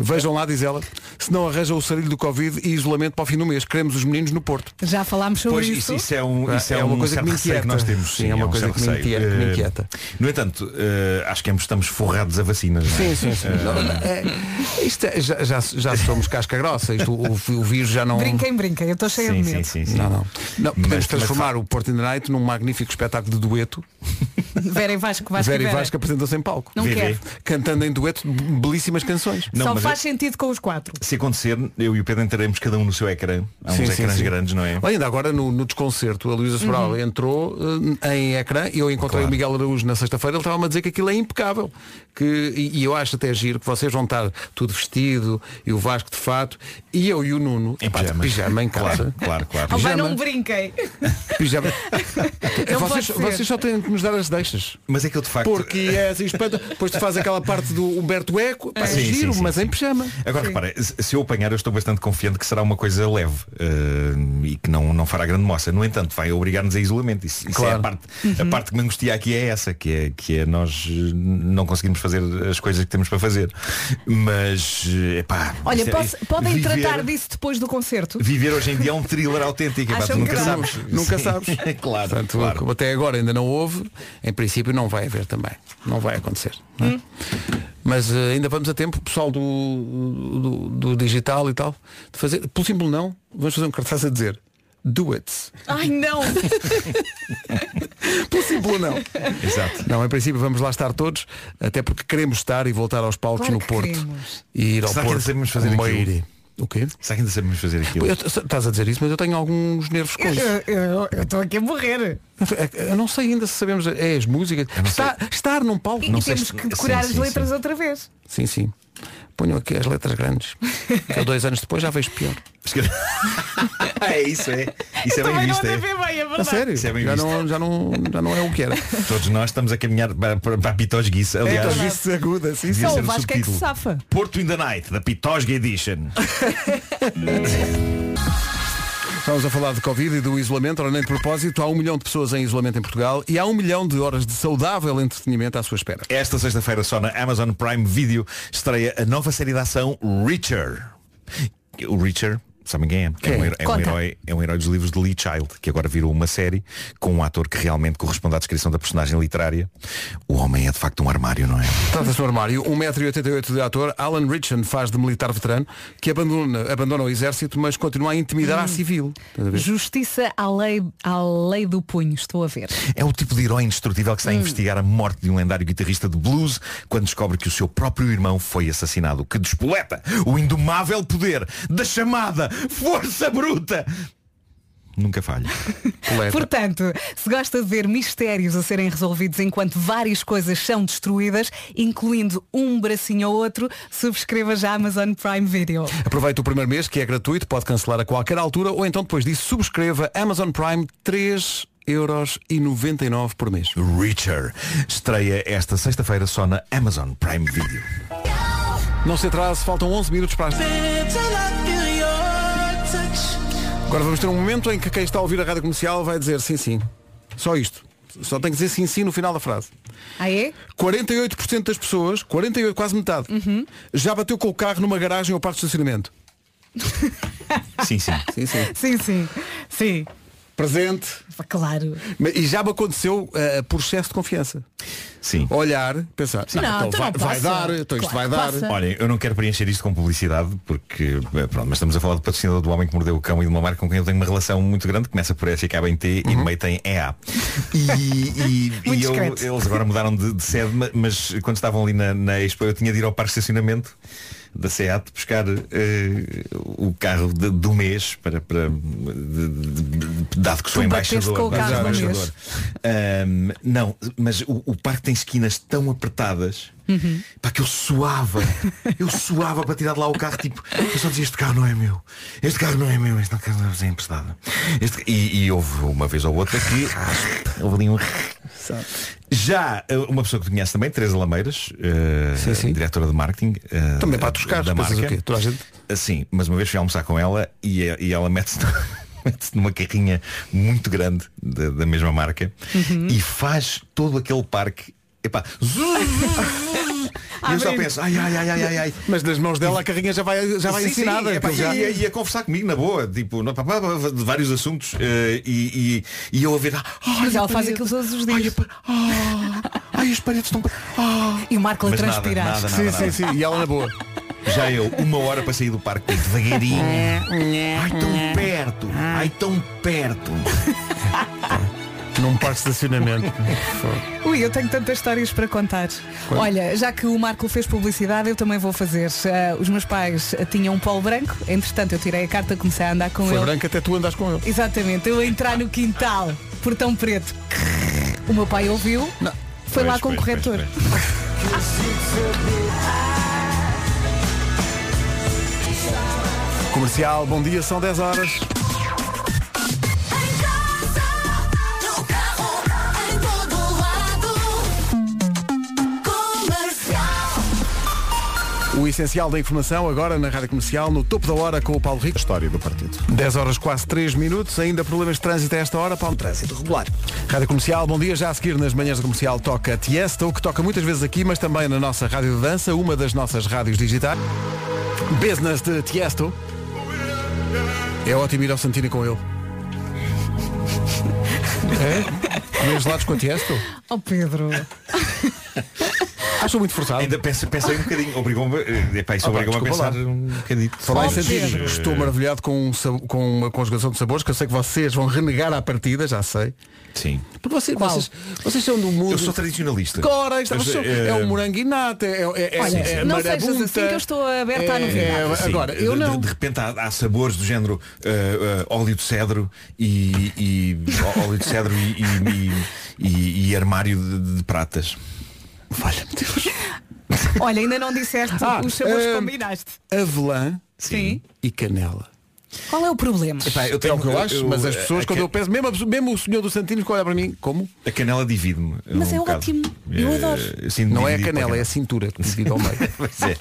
A: Vejam lá, diz ela, se não arranjam o sarilho do Covid e isolamento para o fim do mês. Queremos os meninos no Porto.
C: Já falámos sobre
I: Pois,
C: isso.
I: isso, isso é, um, isso
A: É
I: é,
A: uma
I: um
A: coisa que
I: certo
A: me
I: receio que
A: inquieta.
I: nós temos.
A: Sim, é uma
I: um
A: coisa
I: certo
A: que me
I: receio.
A: inquieta- que me
I: Eh,
A: inquieta.
I: No entanto, eh, acho que ambos estamos forrados a vacinas. não é? Eh,
A: É, isto é- já, já, já somos casca grossa, isto, o, o vírus já não...
C: Brinquem, brinquem, eu estou cheia
I: sim,
C: de medo.
I: sim, sim, sim.
A: Não, não. Não, podemos
I: Mas- mas-
A: transformar o Porto in the Night num magnífico espetáculo de dueto.
C: Vera e Vasco, Vasco
A: Vera
C: e
A: e
C: Vera.
A: Vasco apresentam-se em palco.
C: Não
I: Vê, vê.
C: quero.
A: Cantando em dueto belíssimas canções.
I: Não,
C: Só
I: mas
C: faz sentido com os quatro.
I: Se acontecer, eu e o Pedro entraremos cada um no seu ecrã. Há uns
A: Sim, sim,
I: ecrãs
A: sim.
I: grandes, não é?
A: Olha, ainda agora no, no desconcerto, a Luísa Sobral entrou eh, em ecrã e eu encontrei o Miguel Araújo na sexta-feira, ele estava-me a dizer que aquilo é impecável. Que, e, e eu acho até giro que vocês vão estar tudo vestido e o Vasco de fato e eu e o Nuno
I: Em
A: epá, de
I: pijamas.
A: pijama em casa.
I: Claro, claro, claro.
C: Oh, vai,
A: Pijama.
C: não brinquem.
I: É,
A: Pijama.
C: Não
A: vocês,
C: pode ser.
A: vocês só têm de nos dar as deixas.
I: Mas é que eu de facto.
A: Porque é assim espanto. Depois tu fazes aquela parte do Humberto Eco, pá, é
I: Sim,
A: giro,
I: sim, sim,
A: mas em
I: sim.
A: pijama.
I: eh, Agora repara, se se eu apanhar eu estou bastante confiante que será uma coisa leve eh, e que não, não fará grande moça. No entanto, vai obrigar-nos a isolamento. Isso, isso é
A: Claro.
I: a parte, a
C: Uhum.
I: parte que me angustia aqui é essa, que é, que é nós eh, não conseguimos fazer as coisas que temos para fazer. Mas, eh, epá,
C: Olha,
I: isto é-
C: posso- podem
I: viver-
C: tratar disso depois do concerto?
I: Viver hoje em dia é um thriller autêntico, epá,
C: Acham
I: tu nunca
C: que não?
I: sabes.
A: Nunca
I: Sim.
A: sabes.
I: claro,
A: Portanto,
I: claro.
A: como até agora ainda não houve, em princípio não vai haver também. Não vai acontecer. não
C: Hum.
A: é? Mas eh, ainda vamos a tempo, pessoal do, do, do digital e tal, de fazer, pelo simples não, vamos fazer um cartaz a dizer do it.
C: Ai não!
A: Pelo simples não.
I: Exato.
A: Não, em princípio vamos lá estar todos, até porque queremos estar e voltar aos palcos
C: Claro
A: no
C: que
A: Porto.
C: queremos.
A: E ir ao
I: Será que
A: Porto.
I: ainda sabemos fazer
A: uma
I: aquilo?
A: ide. O quê?
I: Será que ainda sabemos fazer aquilo?
A: Eu- estás a dizer isso, mas eu tenho alguns nervos com isso.
C: Eu estou aqui a morrer.
A: Eu não sei ainda se sabemos é as músicas.
I: não
A: Está- estar num palco.
C: E,
I: Não
C: e
I: sei
C: temos
I: se-
C: que decorar
I: sim,
C: as
I: sim,
C: letras
I: sim.
C: outra vez.
A: Sim, sim. Ponham aqui as letras grandes. Que eu dois anos depois já vejo pior.
I: é isso, é. Isso é bem
C: Também
I: visto,
C: não
I: é.
C: andei bem, bem, é
A: A
C: verdade.
A: sério?
I: Isso é bem
A: já,
I: visto.
A: não, já, não, já não é o que era.
I: Todos nós estamos a caminhar para, para, para a É, pitosguice. Aliás,
A: isso aguda, sim,
I: devia
C: Só
I: ser
C: o Vasco é que
I: subtítulo.
C: se safa.
I: Porto in the Night, da Pitosga Edition.
A: Estamos a falar de Covid e do isolamento. Ora, nem de propósito, há um milhão de pessoas em isolamento em Portugal e há um milhão de horas de saudável entretenimento à sua espera.
I: Esta sexta-feira, só na Amazon Prime Video, estreia a nova série de ação Richard. O Richard. Sabem quem é? É um,
A: Quem?
I: herói, é um
C: Conta.
I: herói- é um herói dos livros de Lee Child, que agora virou uma série com um ator que realmente corresponde à descrição da personagem literária. O homem é de facto um armário, não é?
A: Trata-se do armário. 1,88m de ator, Alan Richand faz de militar veterano que abandona, abandona o exército, mas continua a intimidar a civil. Estás a ver?
C: Justiça à lei, à lei do punho, estou a ver.
I: É o tipo de herói indestrutível que está a investigar a morte de um lendário guitarrista de blues quando descobre que o seu próprio irmão foi assassinado, que despoleta o indomável poder da chamada força bruta. Nunca falha.
A: Coleta.
C: Portanto, se gosta de ver mistérios a serem resolvidos enquanto várias coisas são destruídas, incluindo um bracinho ou outro, subscreva já a Amazon Prime Video.
A: Aproveite o primeiro mês, que é gratuito, pode cancelar a qualquer altura, ou então depois disso subscreva Amazon Prime 3,99€ por mês.
I: Richard estreia esta sexta-feira só na Amazon Prime Video.
A: Não se atrase, faltam 11 minutos para as... Agora vamos ter um momento em que quem está a ouvir a rádio comercial vai dizer sim, sim. Só isto. Só tem que dizer sim, sim no final da frase.
C: Ah é?
A: 48% das pessoas, 48, quase metade, já bateu com o carro numa garagem ou parte de estacionamento.
I: Sim, sim.
A: Sim, sim.
C: Sim, sim. Sim.
A: Presente.
C: Claro.
A: E já me aconteceu eh, por excesso de confiança.
I: Sim.
A: olhar, pensar,
I: Sim.
A: "Ah,
I: Não,
A: então
I: então
A: vai,
I: não
A: vai
I: passa.
A: dar, então isto
I: Claro,
A: vai dar.
I: Olha, eu não quero preencher isto com publicidade, porque eh, pronto, mas estamos a falar do patrocinador do Homem que Mordeu o Cão e de uma marca com quem eu tenho uma relação muito grande, começa por S e acaba em T e no meio tem EA. E, e- e eu- eles agora mudaram de, de sede, ma- mas quando estavam ali na, na Expo eu tinha de ir ao parque de estacionamento da SEAT buscar eh, o carro de- do mês para, para de- de- de- dado que sou
G: Tu
I: embaixador,
G: bateste com o
I: dado que sou
G: carro do mês.
I: embaixador. Ahm, não, mas o, o parque tem esquinas tão apertadas
A: Uhum.
I: pá, que eu suava. Eu suava para tirar de lá o carro. Tipo, eu só dizia, este carro não é meu. Este carro não é meu. Este carro é emprestado. Este- E, e houve uma vez ou outra que houve ali um... Já eh, uma pessoa que conhece também, Teresa Lameiras, eh,
A: Sim, sim.
I: diretora de marketing. eh,
A: Também para os carros,
I: da
A: pensas o
I: marca.
A: quê? Toda a gente-
I: Sim, Assim, mas uma vez fui almoçar com ela e, eh, e ela mete-se mete-se numa carrinha muito grande da, da mesma marca
G: Uhum.
I: e faz todo aquele parque. Epá, zu- e eu só penso, ai, ai, ai, ai, ai, ai.
A: Mas nas mãos dela a carrinha já vai, já vai
I: Sim, é sim,
A: ensinada.
I: epá,
A: aquilo já-
G: é.
I: e, e- e a conversar comigo na boa, tipo, no- pá, pá, pá, de vários assuntos eh, e, e, e eu a ver. "Ah, "Ai,
G: Mas ela
I: a
G: faz
I: parede,
G: aquilo todos os
I: ai,
G: dias."
I: a pa- ah, Ai, as paredes estão. ah."
G: E o Marco a
I: Mas nada,
G: transpirar.
I: nada, nada,
A: Sim,
I: nada.
A: sim, sim. E ela na boa.
I: Já eu, uma hora para sair do parque tipo, devagarinho. Ai, tão perto. Ai, tão perto.
A: Num parque de estacionamento.
G: Ui, eu tenho tantas histórias para contar. Olha, já que o Marco fez publicidade, eu também vou fazer. Ah, os meus pais ah, tinham um polo branco, entretanto eu tirei a carta, comecei a andar com
A: Foi
G: ele.
A: branco até tu andas com ele.
G: Exatamente, eu a entrar no quintal, portão preto. O meu pai ouviu, foi lá
I: Pois,
G: com o
I: pois,
G: corretor.
I: pois,
A: Comercial, bom dia, são 10 horas. O essencial da informação agora na Rádio Comercial, no topo da hora com o Paulo Rico.
J: História do partido.
A: 10 horas quase 3 minutos, ainda problemas de trânsito a esta hora, Paulo
B: Trânsito regular.
A: Rádio Comercial, bom dia. Já a seguir nas manhãs da comercial toca Tiesto, o que toca muitas vezes aqui, mas também na nossa Rádio de Dança, uma das nossas rádios digitais. Business de Tiesto. É ótimo ir ao Santini com ele. É? Comer gelados com a Tiesto?
G: Oh Pedro,
A: Acho muito forçado.
I: Ainda pensa- pensei um bocadinho. Obrigou-me. eh, Epá, isso
A: Ah, pá,
I: obrigou-me a
A: desculpa
I: pensar um bocadinho.
A: Falar em
G: Oh,
A: Santini,
I: eh,
G: Pedro.
A: estou maravilhado com, um sab- com uma conjugação de sabores que eu sei que vocês vão renegar à partida, já sei.
I: Sim.
A: Porque vocês, vocês, vocês são do mundo.
I: Eu sou tradicionalista.
A: Agora, isto,
I: Eu
A: vocês
I: sou-
A: são- é
I: eh,
A: um morango inato, é, é, é,
G: Olha,
A: é
G: não
A: marabunta,
G: sejas assim que eu estou aberta à
A: é-
G: novidade.
A: é-
I: Eh, Sim,
A: agora, eu
I: de- de-
A: não.
I: De, repente há, há sabores do género eh, eh, óleo de cedro e, e- ó- óleo de cedro e, e- e- e- e armário de, de pratas.
A: Valha-me Deus.
G: olha, ainda não disseste
A: Ah,
G: os sabores que
I: hum,
A: eh,
G: combinaste.
A: Avelã
G: Sim.
A: e canela.
G: Qual é o problema?
I: Epá,
A: é o que eu, acho, mas as
I: a-
A: pessoas
I: a
A: quando
I: ca-
A: eu peço, mesmo, a- mesmo o senhor do Santino que olha para mim, como?
I: A canela divide-me.
G: Mas
I: um
G: é
I: bocado.
G: ótimo. Eu
I: Eh,
G: adoro.
I: eu sinto-me
A: Não é a
I: dividido pela
A: canela, é a cintura que divide ao meio.
I: Pois é.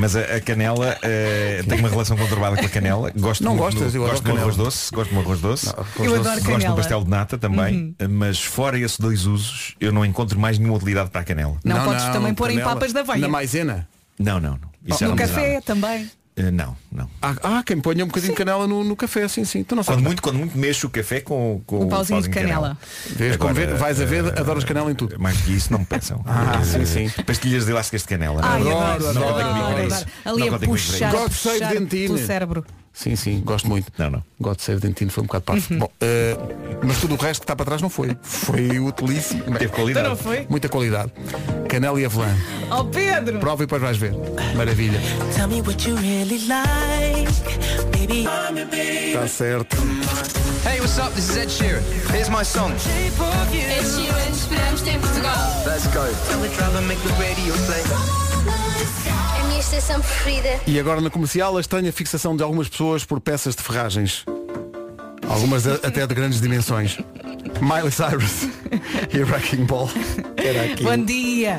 I: Mas a, a canela eh, tem uma relação conturbada com a canela. Gosto
A: Não
I: muito
A: gostas?
I: do,
A: Eu adoro
I: gosto do
A: canela.
I: arroz doce, gosto do arroz doce.
A: arroz
G: Eu doce. adoro
I: Gosto
G: canela. Uhum.
I: do pastel de nata também, mas fora esses dois usos, eu não encontro mais nenhuma utilidade para a canela.
G: Não podes também pôr em papas da veia.
A: Na maisena.
I: Não, não, não. Isso já
G: no
I: não me
G: café
I: agrada.
G: também.
I: Eh, não, não.
A: Ah, ah, quem ponha um bocadinho de canela no, no café, sim, sim. Tu não sabes.
I: Quando muito, quando muito mexo o café com, com
G: Um pauzinho de canela.
A: Vês, como
I: Agora,
A: vê- vais a ver,
I: eh,
A: adoras canela em tudo.
I: Mais que isso, não me peçam.
A: Ah,
I: Eh,
A: sim, sim.
I: Pastilhas de elásticas de canela.
G: Ai,
I: Não,
A: adoro,
I: não
A: adoro,
I: contem comigo para
A: adoro.
I: isso.
G: Ali
I: Não
G: a
I: contem comigo para isso.
G: puxar, a
A: God save
G: puxar
A: Dentine.
G: pelo cérebro.
A: Sim, sim, gosto muito.
I: Não, não.
A: God Save Dentino foi um bocado parvo.
G: Uhum.
A: Bom, eh, mas tudo o resto que está para trás não foi. Foi utilíssimo. Bem,
I: Teve qualidade.
G: Então não foi?
A: Muita qualidade. Canela e avelã.
G: Oh Pedro!
A: Prova e depois vais ver. Maravilha. Está Tá certo.
L: Hey, what's up? This is Ed Sheeran. Here's my song.
H: Ed Sheeran, esperamos-te em Portugal.
L: Let's go.
E: A minha estação preferida.
A: E agora na comercial a estranha fixação de algumas pessoas por peças de ferragens. Algumas a- até de grandes dimensões. Miley Cyrus e a Wrecking Ball. Era aqui.
G: Bom dia!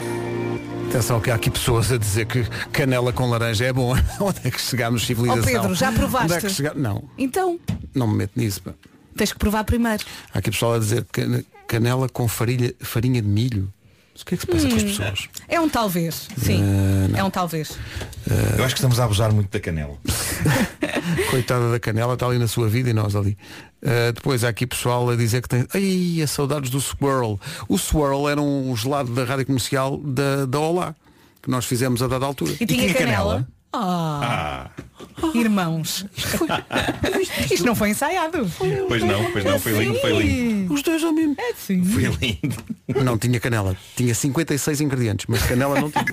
A: Atenção que há aqui pessoas a dizer que canela com laranja é bom. Onde é que chegámos civilização?
G: Oh, Pedro, já provaste?
A: Onde é que chega- Não,
G: Então,
A: não me meto nisso. pá.
G: tens que provar primeiro.
A: Há aqui pessoal a dizer can- canela com farinha, farinha de milho. Mas O que é que se passa com as pessoas?
G: É um talvez, sim. é um talvez.
I: Eu acho que estamos a abusar muito da canela.
A: Coitada da canela, está ali na sua vida e nós ali. Uh, depois há aqui pessoal a dizer que tem. Ai, as saudades do Swirl. O Swirl era um gelado da rádio comercial da, da Olá, que nós fizemos a dada altura.
C: E tinha canela.
I: Ah,
C: Irmãos. Isto não foi ensaiado.
I: pois não, pois não, foi lindo, foi lindo.
A: Os dois ao mesmo.
C: É sim.
I: Foi lindo.
A: Não tinha canela. Tinha 56 ingredientes, mas canela não tinha.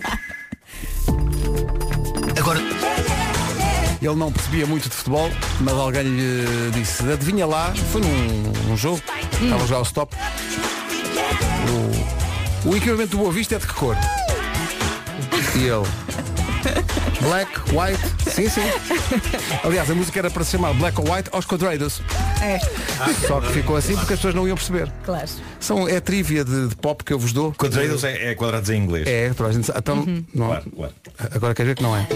L: Agora.
A: Ele não percebia muito de futebol, mas alguém lhe disse, adivinha lá, foi num, num jogo, estava a jogar o stop. O, o equipamento do Boa Vista é de que cor? E ele. Black, white, sim, sim. Aliás, a música era para se chamar Black or White aos quadrados.
C: É,
A: Só que ficou assim porque as pessoas não iam perceber.
C: claro.
A: São, é trivia de, de pop que eu vos dou.
I: Quadrados é, é quadrados em inglês.
A: É, toda a gente sabe. Então,
C: Uhum.
A: não-
I: Claro, claro.
A: agora queres ver que não é?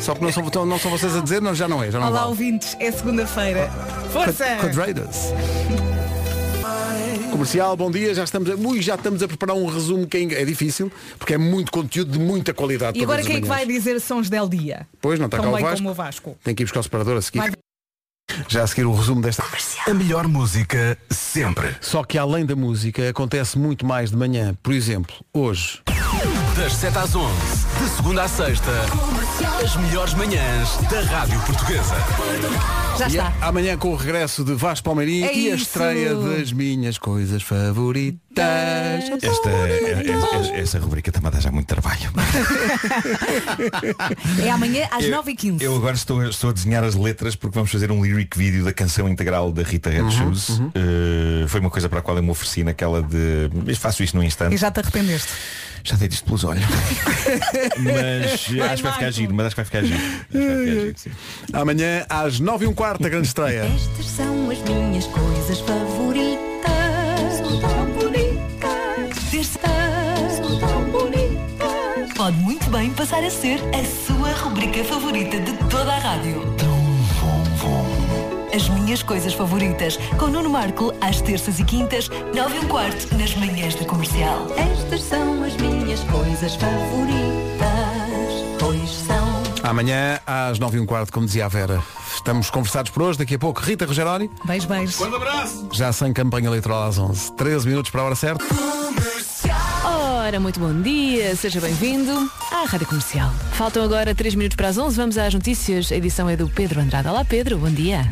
A: Só que não são, então, não são vocês a dizer, não, já não é. Já não
C: Olá
A: vale.
C: ouvintes, é segunda-feira. Força!
A: Quadradus. Comercial, bom dia, já estamos, a, ui, já estamos a preparar um resumo que é é difícil, porque é muito conteúdo de muita qualidade.
C: E agora
A: todas as
C: quem é que vai
A: manhãs.
C: dizer sons del dia?
A: Pois, não está cá o
C: Tão bem
A: Vasco.
C: como o Vasco.
A: Tem que ir buscar o separador a seguir.
C: Vai.
A: Já a seguir o resumo desta.
J: A melhor música sempre.
A: Só que além da música, acontece muito mais de manhã. Por exemplo, hoje.
L: Das 7 às 11, de segunda à sexta, as melhores manhãs da Rádio Portuguesa.
C: Já
A: E
C: está.
A: amanhã com o regresso de Vasco Palmeirinho
C: É
A: e a
C: isso.
A: estreia das minhas coisas favoritas.
I: Esta, é- é- essa rubrica está-me a dar já muito trabalho.
C: É amanhã às
I: Eu-
C: 9h15.
I: Eu agora estou, a- estou a desenhar as letras porque vamos fazer um lyric vídeo da canção integral da Rita Red Shoes. Eh, foi uma coisa para a qual eu me ofereci naquela de. Mas faço isto num instante.
C: E já te arrependeste.
I: Já dei disto pelos olhos. mas eh, acho que vai ficar
C: Marco.
I: giro, mas acho que vai ficar giro. Acho que vai ficar giro, sim.
A: Amanhã às 9 h 15 a grande estreia.
H: Estas são as minhas coisas favoritas. São tão bonitas. Estas são tão bonitas. Pode muito bem passar a ser a sua rubrica favorita de toda a rádio. As minhas coisas favoritas, com Nuno Marco, às terças e quintas, nove e um quarto, nas manhãs da comercial. Estas são as minhas coisas favoritas, pois são.
A: Amanhã às 9 h 15 como dizia a Vera. Estamos conversados por hoje, daqui a pouco Rita Rogeroni,
C: Beijo, beijo.
A: já sem campanha eleitoral às 11. 13 minutos para a hora certa.
M: Ora, muito bom dia, seja bem-vindo à Rádio Comercial. Faltam agora 3 minutos para as 11, vamos às notícias. A edição é do Pedro Andrade. Olá, Pedro, bom dia.